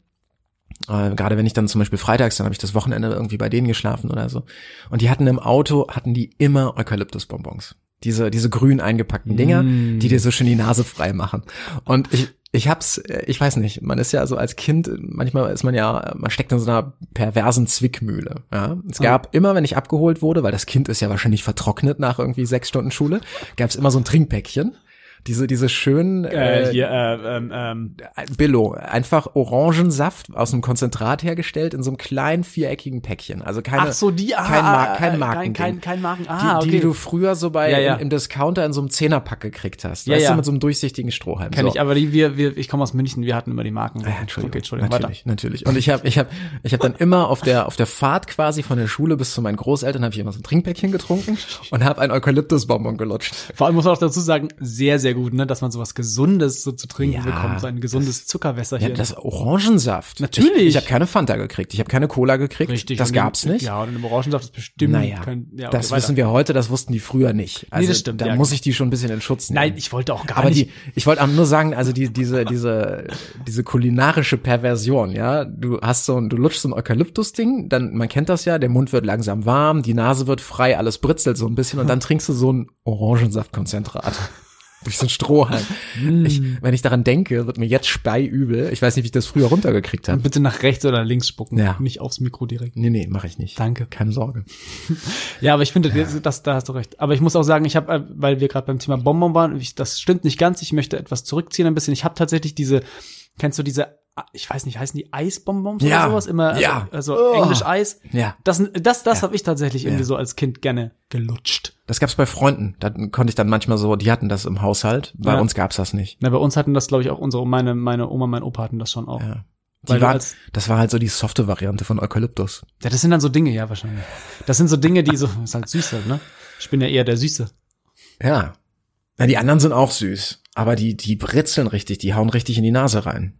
B: Äh, Gerade wenn ich dann zum Beispiel freitags, dann habe ich das Wochenende irgendwie bei denen geschlafen oder so. Und die hatten im Auto, hatten die immer Eukalyptusbonbons. Diese, diese grün eingepackten Dinger,
C: Mm.
B: die dir so schön die Nase frei machen. Und ich, ich hab's, äh, ich weiß nicht, man ist ja so als Kind, manchmal ist man ja, man steckt in so einer perversen Zwickmühle. Ja? Es gab immer, wenn ich abgeholt wurde, weil das Kind ist ja wahrscheinlich vertrocknet nach irgendwie sechs Stunden Schule, gab's immer so ein Trinkpäckchen. Diese, diese schönen
C: äh,
B: äh,
C: hier, äh, ähm, ähm,
B: Billo, einfach Orangensaft aus dem Konzentrat hergestellt in so einem kleinen viereckigen Päckchen. Also keine,
C: ach so, die, ah,
B: kein,
C: ah,
B: Mar
C: ah,
B: kein
C: kein-
B: Marken.
C: kein- kein Marken, ah,
B: die, die
C: okay.
B: du früher so bei
C: Ja, ja.
B: Im, im Discounter in so einem Zehnerpack gekriegt hast.
C: Ja,
B: weißt
C: ja.
B: du, mit so einem durchsichtigen Strohhalm.
C: kenn
B: so.
C: ich, aber die, wir, wir, ich komme aus München, wir hatten immer die Marken.
B: Ah Ja, Entschuldigung,
C: Okay, Entschuldigung,
B: natürlich, natürlich. Und ich habe, ich habe, ich habe dann immer auf der auf der Fahrt quasi von der Schule bis zu meinen Großeltern habe ich immer so ein Trinkpäckchen getrunken und habe ein Eukalyptusbonbon gelutscht.
C: weiter. Vor allem muss man auch dazu sagen, sehr, sehr gut, ne, dass man sowas Gesundes so zu trinken
B: Ja,
C: bekommt, so ein gesundes Zuckerwässerchen.
B: Ja, das Orangensaft.
C: Natürlich.
B: Ich, ich habe keine Fanta gekriegt, ich habe keine Cola gekriegt.
C: Richtig.
B: Das
C: und im-
B: gab's nicht.
C: Ja, und im Orangensaft ist bestimmt
B: Naja,
C: kein, ja,
B: das wissen wir heute, das wussten die früher nicht. Also
C: das stimmt,
B: da
C: ja.
B: muss ich die schon ein bisschen in Schutz nehmen.
C: Nein, ich wollte auch gar
B: aber
C: nicht.
B: die, ich wollte aber nur sagen, also die, diese, diese, diese kulinarische Perversion, ja. Du hast so ein, du lutschst so ein Eukalyptus-Ding, dann, man kennt das ja, der Mund wird langsam warm, die Nase wird frei, alles britzelt so ein bisschen
C: [LAUGHS]
B: und dann trinkst du so ein Orangensaftkonzentrat. [LAUGHS] Durch so einen Strohhalm.
C: Mm.
B: Ich, wenn ich daran denke, wird mir jetzt Spei übel. Ich weiß nicht, wie ich das früher runtergekriegt habe.
C: Bitte nach rechts oder links spucken,
B: Ja.
C: nicht aufs Mikro direkt.
B: Nee, nee, mache ich nicht.
C: Danke.
B: Keine Sorge.
C: Ja, aber ich finde, das, das, da hast du recht. Aber ich muss auch sagen, ich habe, weil wir gerade beim Thema Bonbon waren, ich, das stimmt nicht ganz. Ich möchte etwas zurückziehen ein bisschen. Ich habe tatsächlich diese, kennst du diese, ich weiß nicht, heißen die Eisbonbons
B: Ja.
C: oder sowas? Immer,
B: Ja.
C: also,
B: Oh.
C: also Englisch Eis.
B: Ja.
C: Das, das, das habe ich tatsächlich irgendwie
B: Ja.
C: so als Kind gerne gelutscht.
B: Das gab's bei Freunden. Da konnte ich dann manchmal so, die hatten das im Haushalt. Bei
C: Ja.
B: uns gab's das nicht.
C: Na, bei uns hatten das, glaube ich, auch unsere, meine, meine Oma, mein Opa hatten das schon auch.
B: Ja. Die
C: Oh. Weil du
B: waren,
C: als-
B: das war halt so die softe Variante von Eukalyptus.
C: Ja, das sind dann so Dinge, ja, wahrscheinlich. Das sind so Dinge,
B: [LAUGHS]
C: die so, ist halt süß halt, ne? Ich bin ja eher der Süße.
B: Ja. Na, die anderen sind auch süß, aber die, die britzeln richtig, die hauen richtig in die Nase rein.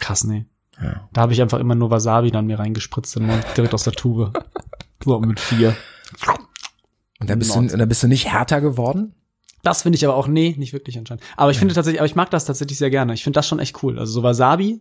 C: Krass, nee.
B: Ja.
C: Da habe ich einfach immer nur Wasabi dann mir reingespritzt und direkt aus der Tube. So, mit vier.
B: Und da bist, du,
C: Nord.
B: und da bist du nicht härter geworden?
C: Das finde ich aber auch, nee, nicht wirklich anscheinend. Aber ich finde tatsächlich, aber ich mag das tatsächlich sehr gerne. Ich finde das schon echt cool. Also so Wasabi,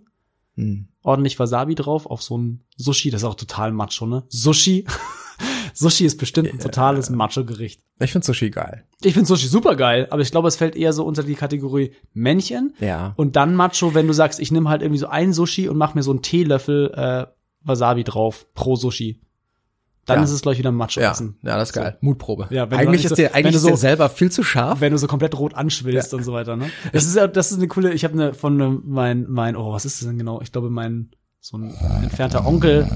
B: Hm.
C: ordentlich Wasabi drauf, auf so ein Sushi, das ist auch total macho, ne? Sushi. [LAUGHS] Sushi ist bestimmt ein totales Macho-Gericht.
B: Ich find's so schick geil.
C: Ich finde Sushi super geil, aber ich glaube, es fällt eher so unter die Kategorie Männchen.
B: Ja.
C: Und dann Macho, wenn du sagst, ich nehme halt irgendwie so ein Sushi und mach mir so einen Teelöffel äh, Wasabi drauf pro Sushi. Dann
B: Ja.
C: ist es gleich wieder Macho
B: ja.
C: essen.
B: ja, das ist geil. Mutprobe.
C: Ja, wenn du
B: eigentlich
C: nicht so-
B: ist der,
C: wenn
B: eigentlich
C: du
B: ist der
C: so-
B: selber viel zu scharf.
C: wenn du so komplett rot anschwillst ne, und so weiter, ne? Das ist ja, das ist eine coole, ich habe eine von einem- mein mein oh, was ist das denn genau? Ich glaube mein so ein entfernter Onkel.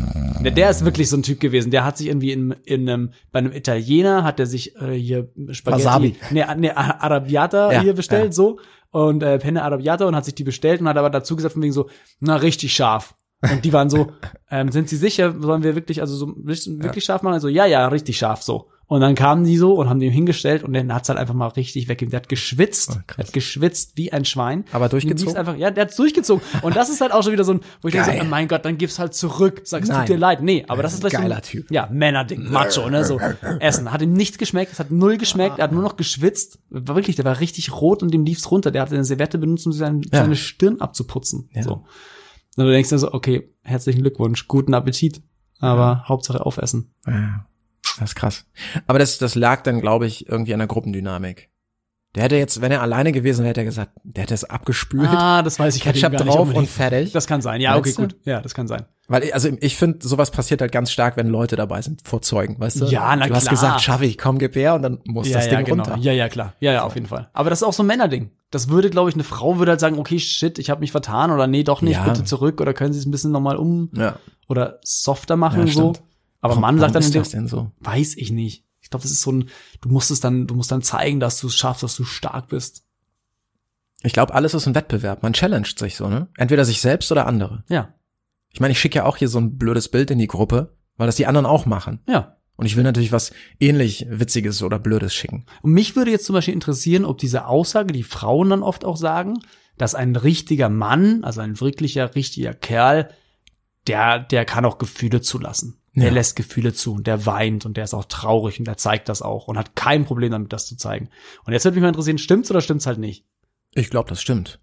C: Der, der ist wirklich so ein Typ gewesen. Der hat sich irgendwie in, in einem, bei einem Italiener hat er sich äh, hier Spaghetti,
B: Wasabi.
C: Nee, nee, A- Arabiata
B: Ja,
C: hier bestellt,
B: ja.
C: so. Und äh, Penne Arabiata und hat sich die bestellt und hat aber dazu gesagt von wegen so, na, richtig scharf. Und die
B: [LAUGHS]
C: waren so, ähm, sind sie sicher, sollen wir wirklich, also so wirklich wirklich scharf machen? Also, ja, ja, richtig scharf so. Und dann kamen die so und haben dem hingestellt und dann hat's halt einfach mal richtig weggegeben. Der hat geschwitzt,
B: Ah, krass.
C: hat geschwitzt wie ein Schwein.
B: Aber
C: Ihm lief's
B: durchgezogen?
C: einfach, ja, der hat's durchgezogen. Und das ist halt auch schon wieder so ein, wo ich denke, so,
B: Geil.
C: oh mein Gott, dann gib's halt zurück. Sagst, tut
B: Nein.
C: dir leid. Nee, aber das ist gleich so ein-
B: Geiler Typ.
C: Ja, Männerding, Macho, ne, so. Essen. Hat ihm nichts geschmeckt, es hat null geschmeckt, er hat nur noch geschwitzt. War wirklich, der war richtig rot und dem lief's runter. Der hat seine Serviette benutzt, um seine,
B: Ja.
C: seine Stirn abzuputzen. So. Und du denkst dir so, okay, herzlichen Glückwunsch, guten Appetit. Aber Hauptsache aufessen.
B: Ja, das ist krass. Aber das, das lag dann, glaube ich, irgendwie an der Gruppendynamik. Der hätte jetzt, wenn er alleine gewesen wäre, hätte er gesagt, der hätte es abgespült,
C: [LAUGHS] Ah, das weiß ich hätte ihm
B: Ketchup
C: gar nicht
B: drauf und
C: unbedingt.
B: fertig.
C: [LAUGHS] Das kann sein, ja, okay,
B: Meinst du?
C: gut. Ja, das kann sein.
B: Weil, ich- also ich finde, sowas passiert halt ganz stark, wenn Leute dabei sind, vor Zeugen, weißt du?
C: Ja, na
B: Du hast
C: klar.
B: gesagt, schaffe ich, komm, gib her, und dann muss das Ding runter.
C: Ja, ja, klar. Ja, ja, auf jeden Fall. Aber das ist auch so ein Männerding. Das würde, glaube ich, eine Frau würde halt sagen, okay, shit, ich habe mich vertan oder nee, doch nicht,
B: Ja.
C: bitte zurück oder können Sie es ein bisschen nochmal um
B: Ja.
C: oder softer machen
B: Ja,
C: und so.
B: stimmt.
C: Aber
B: Warum
C: Mann sagt dann, in
B: ist
C: dem-
B: das denn so?
C: weiß ich nicht. Ich glaube, das ist so ein, du musst es dann, du musst dann zeigen, dass du es schaffst, dass du stark bist.
B: Ich glaube, alles ist ein Wettbewerb. Man challenged sich so, ne? Entweder sich selbst oder andere.
C: Ja,
B: Ich meine, ich schicke ja auch hier so ein blödes Bild in die Gruppe, weil das die anderen auch machen.
C: ja.
B: Und ich will natürlich was ähnlich Witziges oder Blödes schicken.
C: Und mich würde jetzt zum Beispiel interessieren, ob diese Aussage, die Frauen dann oft auch sagen, dass ein richtiger Mann, also ein wirklicher, richtiger Kerl, der, der kann auch Gefühle zulassen. Der
B: Ja.
C: lässt Gefühle zu und der weint und der ist auch traurig und der zeigt das auch und hat kein Problem damit, das zu zeigen. Und jetzt würde mich mal interessieren, stimmt's oder stimmt's halt nicht?
B: Ich glaube, das stimmt.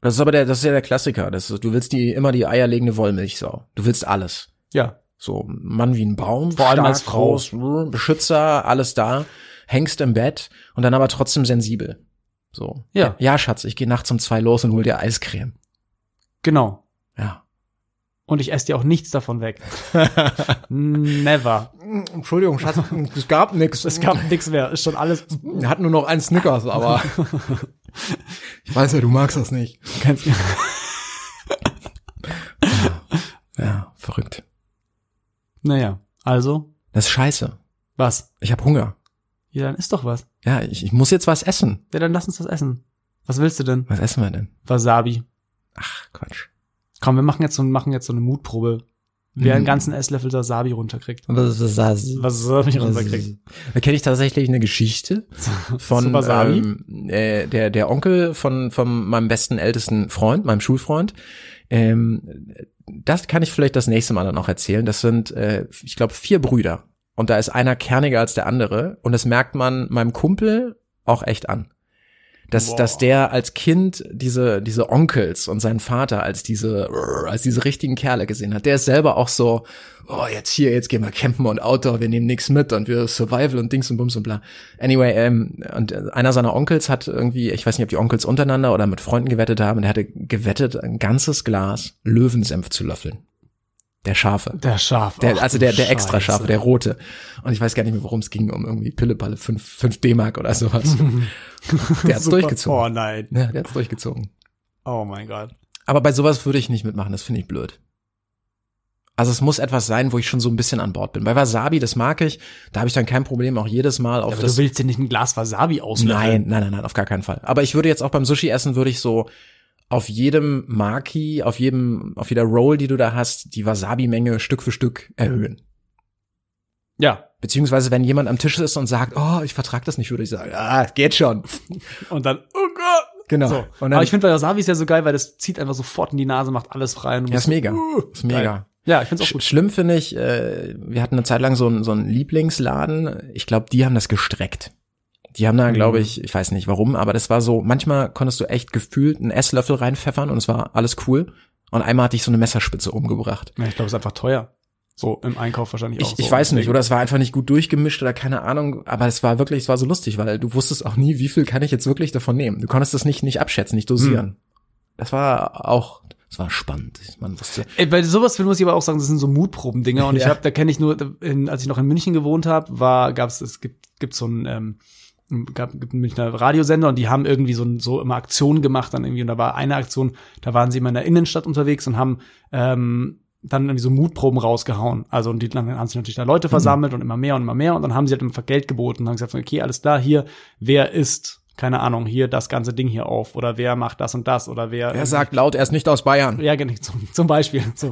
B: Das ist aber der, das ist ja der Klassiker. Das ist, du willst die immer die eierlegende Wollmilchsau. Du willst alles.
C: Ja.
B: So Mann wie ein Baum,
C: Vor allem als Frau.
B: groß, mm, Beschützer, alles da, hängst im Bett und dann aber trotzdem sensibel. So.
C: Ja.
B: Ja, Schatz, ich gehe nachts um zwei los und hol dir Eiscreme.
C: Genau.
B: Ja.
C: Und ich esse dir auch nichts davon weg. Never.
B: [LAUGHS] Entschuldigung, Schatz, es gab nichts.
C: Es gab nichts mehr. Ist schon alles
B: hat nur noch einen Snickers, [LAUGHS] aber ich weiß ja, du magst das nicht.
C: ganz,
B: Ja, verrückt.
C: naja. Also,
B: Das ist scheiße.
C: was?
B: Ich habe Hunger.
C: Ja, dann ist doch was.
B: Ja, ich, ich muss jetzt was essen.
C: Ja, dann lass uns das essen. Was willst du denn?
B: Was essen wir denn?
C: Wasabi.
B: Ach, Quatsch.
C: Komm, wir machen jetzt so, machen jetzt so eine Mutprobe. Wer einen
B: Mm.
C: ganzen Esslöffel Wasabi runterkriegt.
B: Was ist das?
C: Wasabi runterkriegt.
B: Da kenne ich tatsächlich eine Geschichte
C: Zu
B: von
C: Wasabi?
B: ähm, äh, der der Onkel von von meinem besten ältesten Freund, meinem Schulfreund. Ähm, das kann ich vielleicht das nächste Mal dann auch erzählen. Das sind, äh, ich glaube, vier Brüder und da ist einer kerniger als der andere und das merkt man meinem Kumpel auch echt an. Dass,
C: Boah.
B: dass der als Kind diese, diese Onkels und seinen Vater als diese, als diese richtigen Kerle gesehen hat. Der ist selber auch so, oh, jetzt hier, jetzt gehen wir campen und Outdoor, wir nehmen nichts mit und wir Survival und Dings und Bums und bla. Anyway, ähm, und äh, einer seiner Onkels hat irgendwie, ich weiß nicht, ob die Onkels untereinander oder mit Freunden gewettet haben, und der hatte gewettet, ein ganzes Glas Löwensenf zu löffeln. Der Schafe.
C: Der Schaf.
B: Der,
C: Ach,
B: also
C: du
B: der, der extra
C: Scheiße.
B: scharfe, der rote. Und ich weiß gar nicht mehr, worum es ging, um irgendwie Pillepalle 5, 5 D-Mark oder [LAUGHS] sowas. der hat's
C: [LAUGHS] Super.
B: durchgezogen.
C: Oh nein.
B: Ja, der hat's durchgezogen.
C: Oh mein Gott.
B: Aber bei sowas würde ich nicht mitmachen, das finde ich blöd. Also es muss etwas sein, wo ich schon so ein bisschen an Bord bin. Bei Wasabi, das mag ich, da habe ich dann kein Problem, auch jedes Mal auf
C: Aber
B: das.
C: du willst dir nicht ein Glas Wasabi
B: Nein,
C: auslöffeln.
B: nein, nein, nein, auf gar keinen Fall. Aber ich würde jetzt auch beim Sushi essen, würde ich so auf jedem Maki, auf jedem, auf jeder Roll, die du da hast, die Wasabi-Menge Stück für Stück erhöhen.
C: Ja.
B: Beziehungsweise, wenn jemand am Tisch ist und sagt, oh, ich vertrag das nicht, würde ich sagen, ah, geht schon.
C: Und dann, oh Gott.
B: Genau.
C: So.
B: Und dann,
C: Aber ich finde Wasabi ist ja so geil, weil das zieht einfach sofort in die Nase, macht alles frei. Und du
B: ja, ist
C: musst-
B: mega. Ist
C: Geil.
B: mega.
C: Ja, ich find's auch
B: Sch
C: gut.
B: schlimm finde ich, äh, wir hatten eine Zeit lang so einen so einen Lieblingsladen. Ich glaube, die haben das gestreckt. Die
C: Mhm.
B: haben da, glaube ich, ich weiß nicht warum, aber das war so, manchmal konntest du echt gefühlt einen Esslöffel reinpfeffern und es war alles cool. Und einmal hatte ich so eine Messerspitze umgebracht.
C: Ja, ich glaube, es ist einfach teuer. So im Einkauf wahrscheinlich auch.
B: Ich, ich
C: so.
B: weiß nicht,
C: Deswegen-
B: oder es war einfach nicht gut durchgemischt oder keine Ahnung, aber es war wirklich, es war so lustig, weil du wusstest auch nie, wie viel kann ich jetzt wirklich davon nehmen. Du konntest das nicht, nicht abschätzen, nicht dosieren.
C: Hm.
B: Das war auch, das war spannend. Man wusste,
C: Ey, bei sowas muss ich aber auch sagen, das sind
B: [LAUGHS]
C: so Mutproben-Dinger. Und ich
B: Ja.
C: habe, da kenne ich nur, in, als ich noch in München gewohnt habe, war, gab's, es gibt, gibt so ein ähm, gab, gibt einen Münchner Radiosender und die haben irgendwie so, so immer Aktionen gemacht dann irgendwie und da war eine Aktion, da waren sie immer in der Innenstadt unterwegs und haben ähm, dann irgendwie so Mutproben rausgehauen. Also und die dann haben sich natürlich da
B: Mhm.
C: Leute versammelt und immer mehr und immer mehr und dann haben sie halt einfach Geld geboten und haben gesagt, okay, alles klar, hier, wer ist, keine Ahnung, hier das ganze Ding hier auf oder wer macht das und das oder wer.
B: Er sagt laut, er ist nicht aus Bayern.
C: Ja, genau, [LAUGHS] zum, zum Beispiel. So,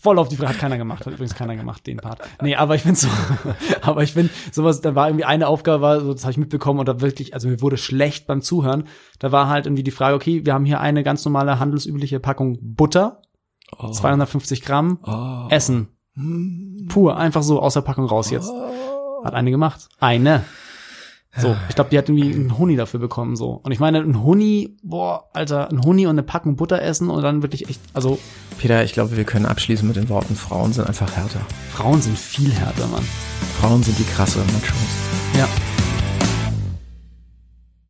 C: voll auf die Frage hat keiner gemacht, hat übrigens keiner gemacht, den Part. Nee, aber ich bin so, [LAUGHS] aber ich bin sowas, da war irgendwie eine Aufgabe, war, so, das habe ich mitbekommen und da wirklich, also mir wurde schlecht beim Zuhören. Da war halt irgendwie die Frage, okay, wir haben hier eine ganz normale handelsübliche Packung Butter, 250 Gramm,
B: Oh.
C: Essen. Pur, einfach so aus der Packung raus jetzt.
B: Oh.
C: Hat eine gemacht. Eine. So, ich glaube, die hat irgendwie einen Huni dafür bekommen, so. Und ich meine, ein Huni, boah, Alter, ein Huni und eine Packung Butter essen und dann wirklich echt, also,
B: Peter, ich glaube, wir können abschließen mit den Worten, Frauen sind einfach härter.
C: Frauen sind viel härter, Mann.
B: Frauen sind die krasse Machos.
C: Ja.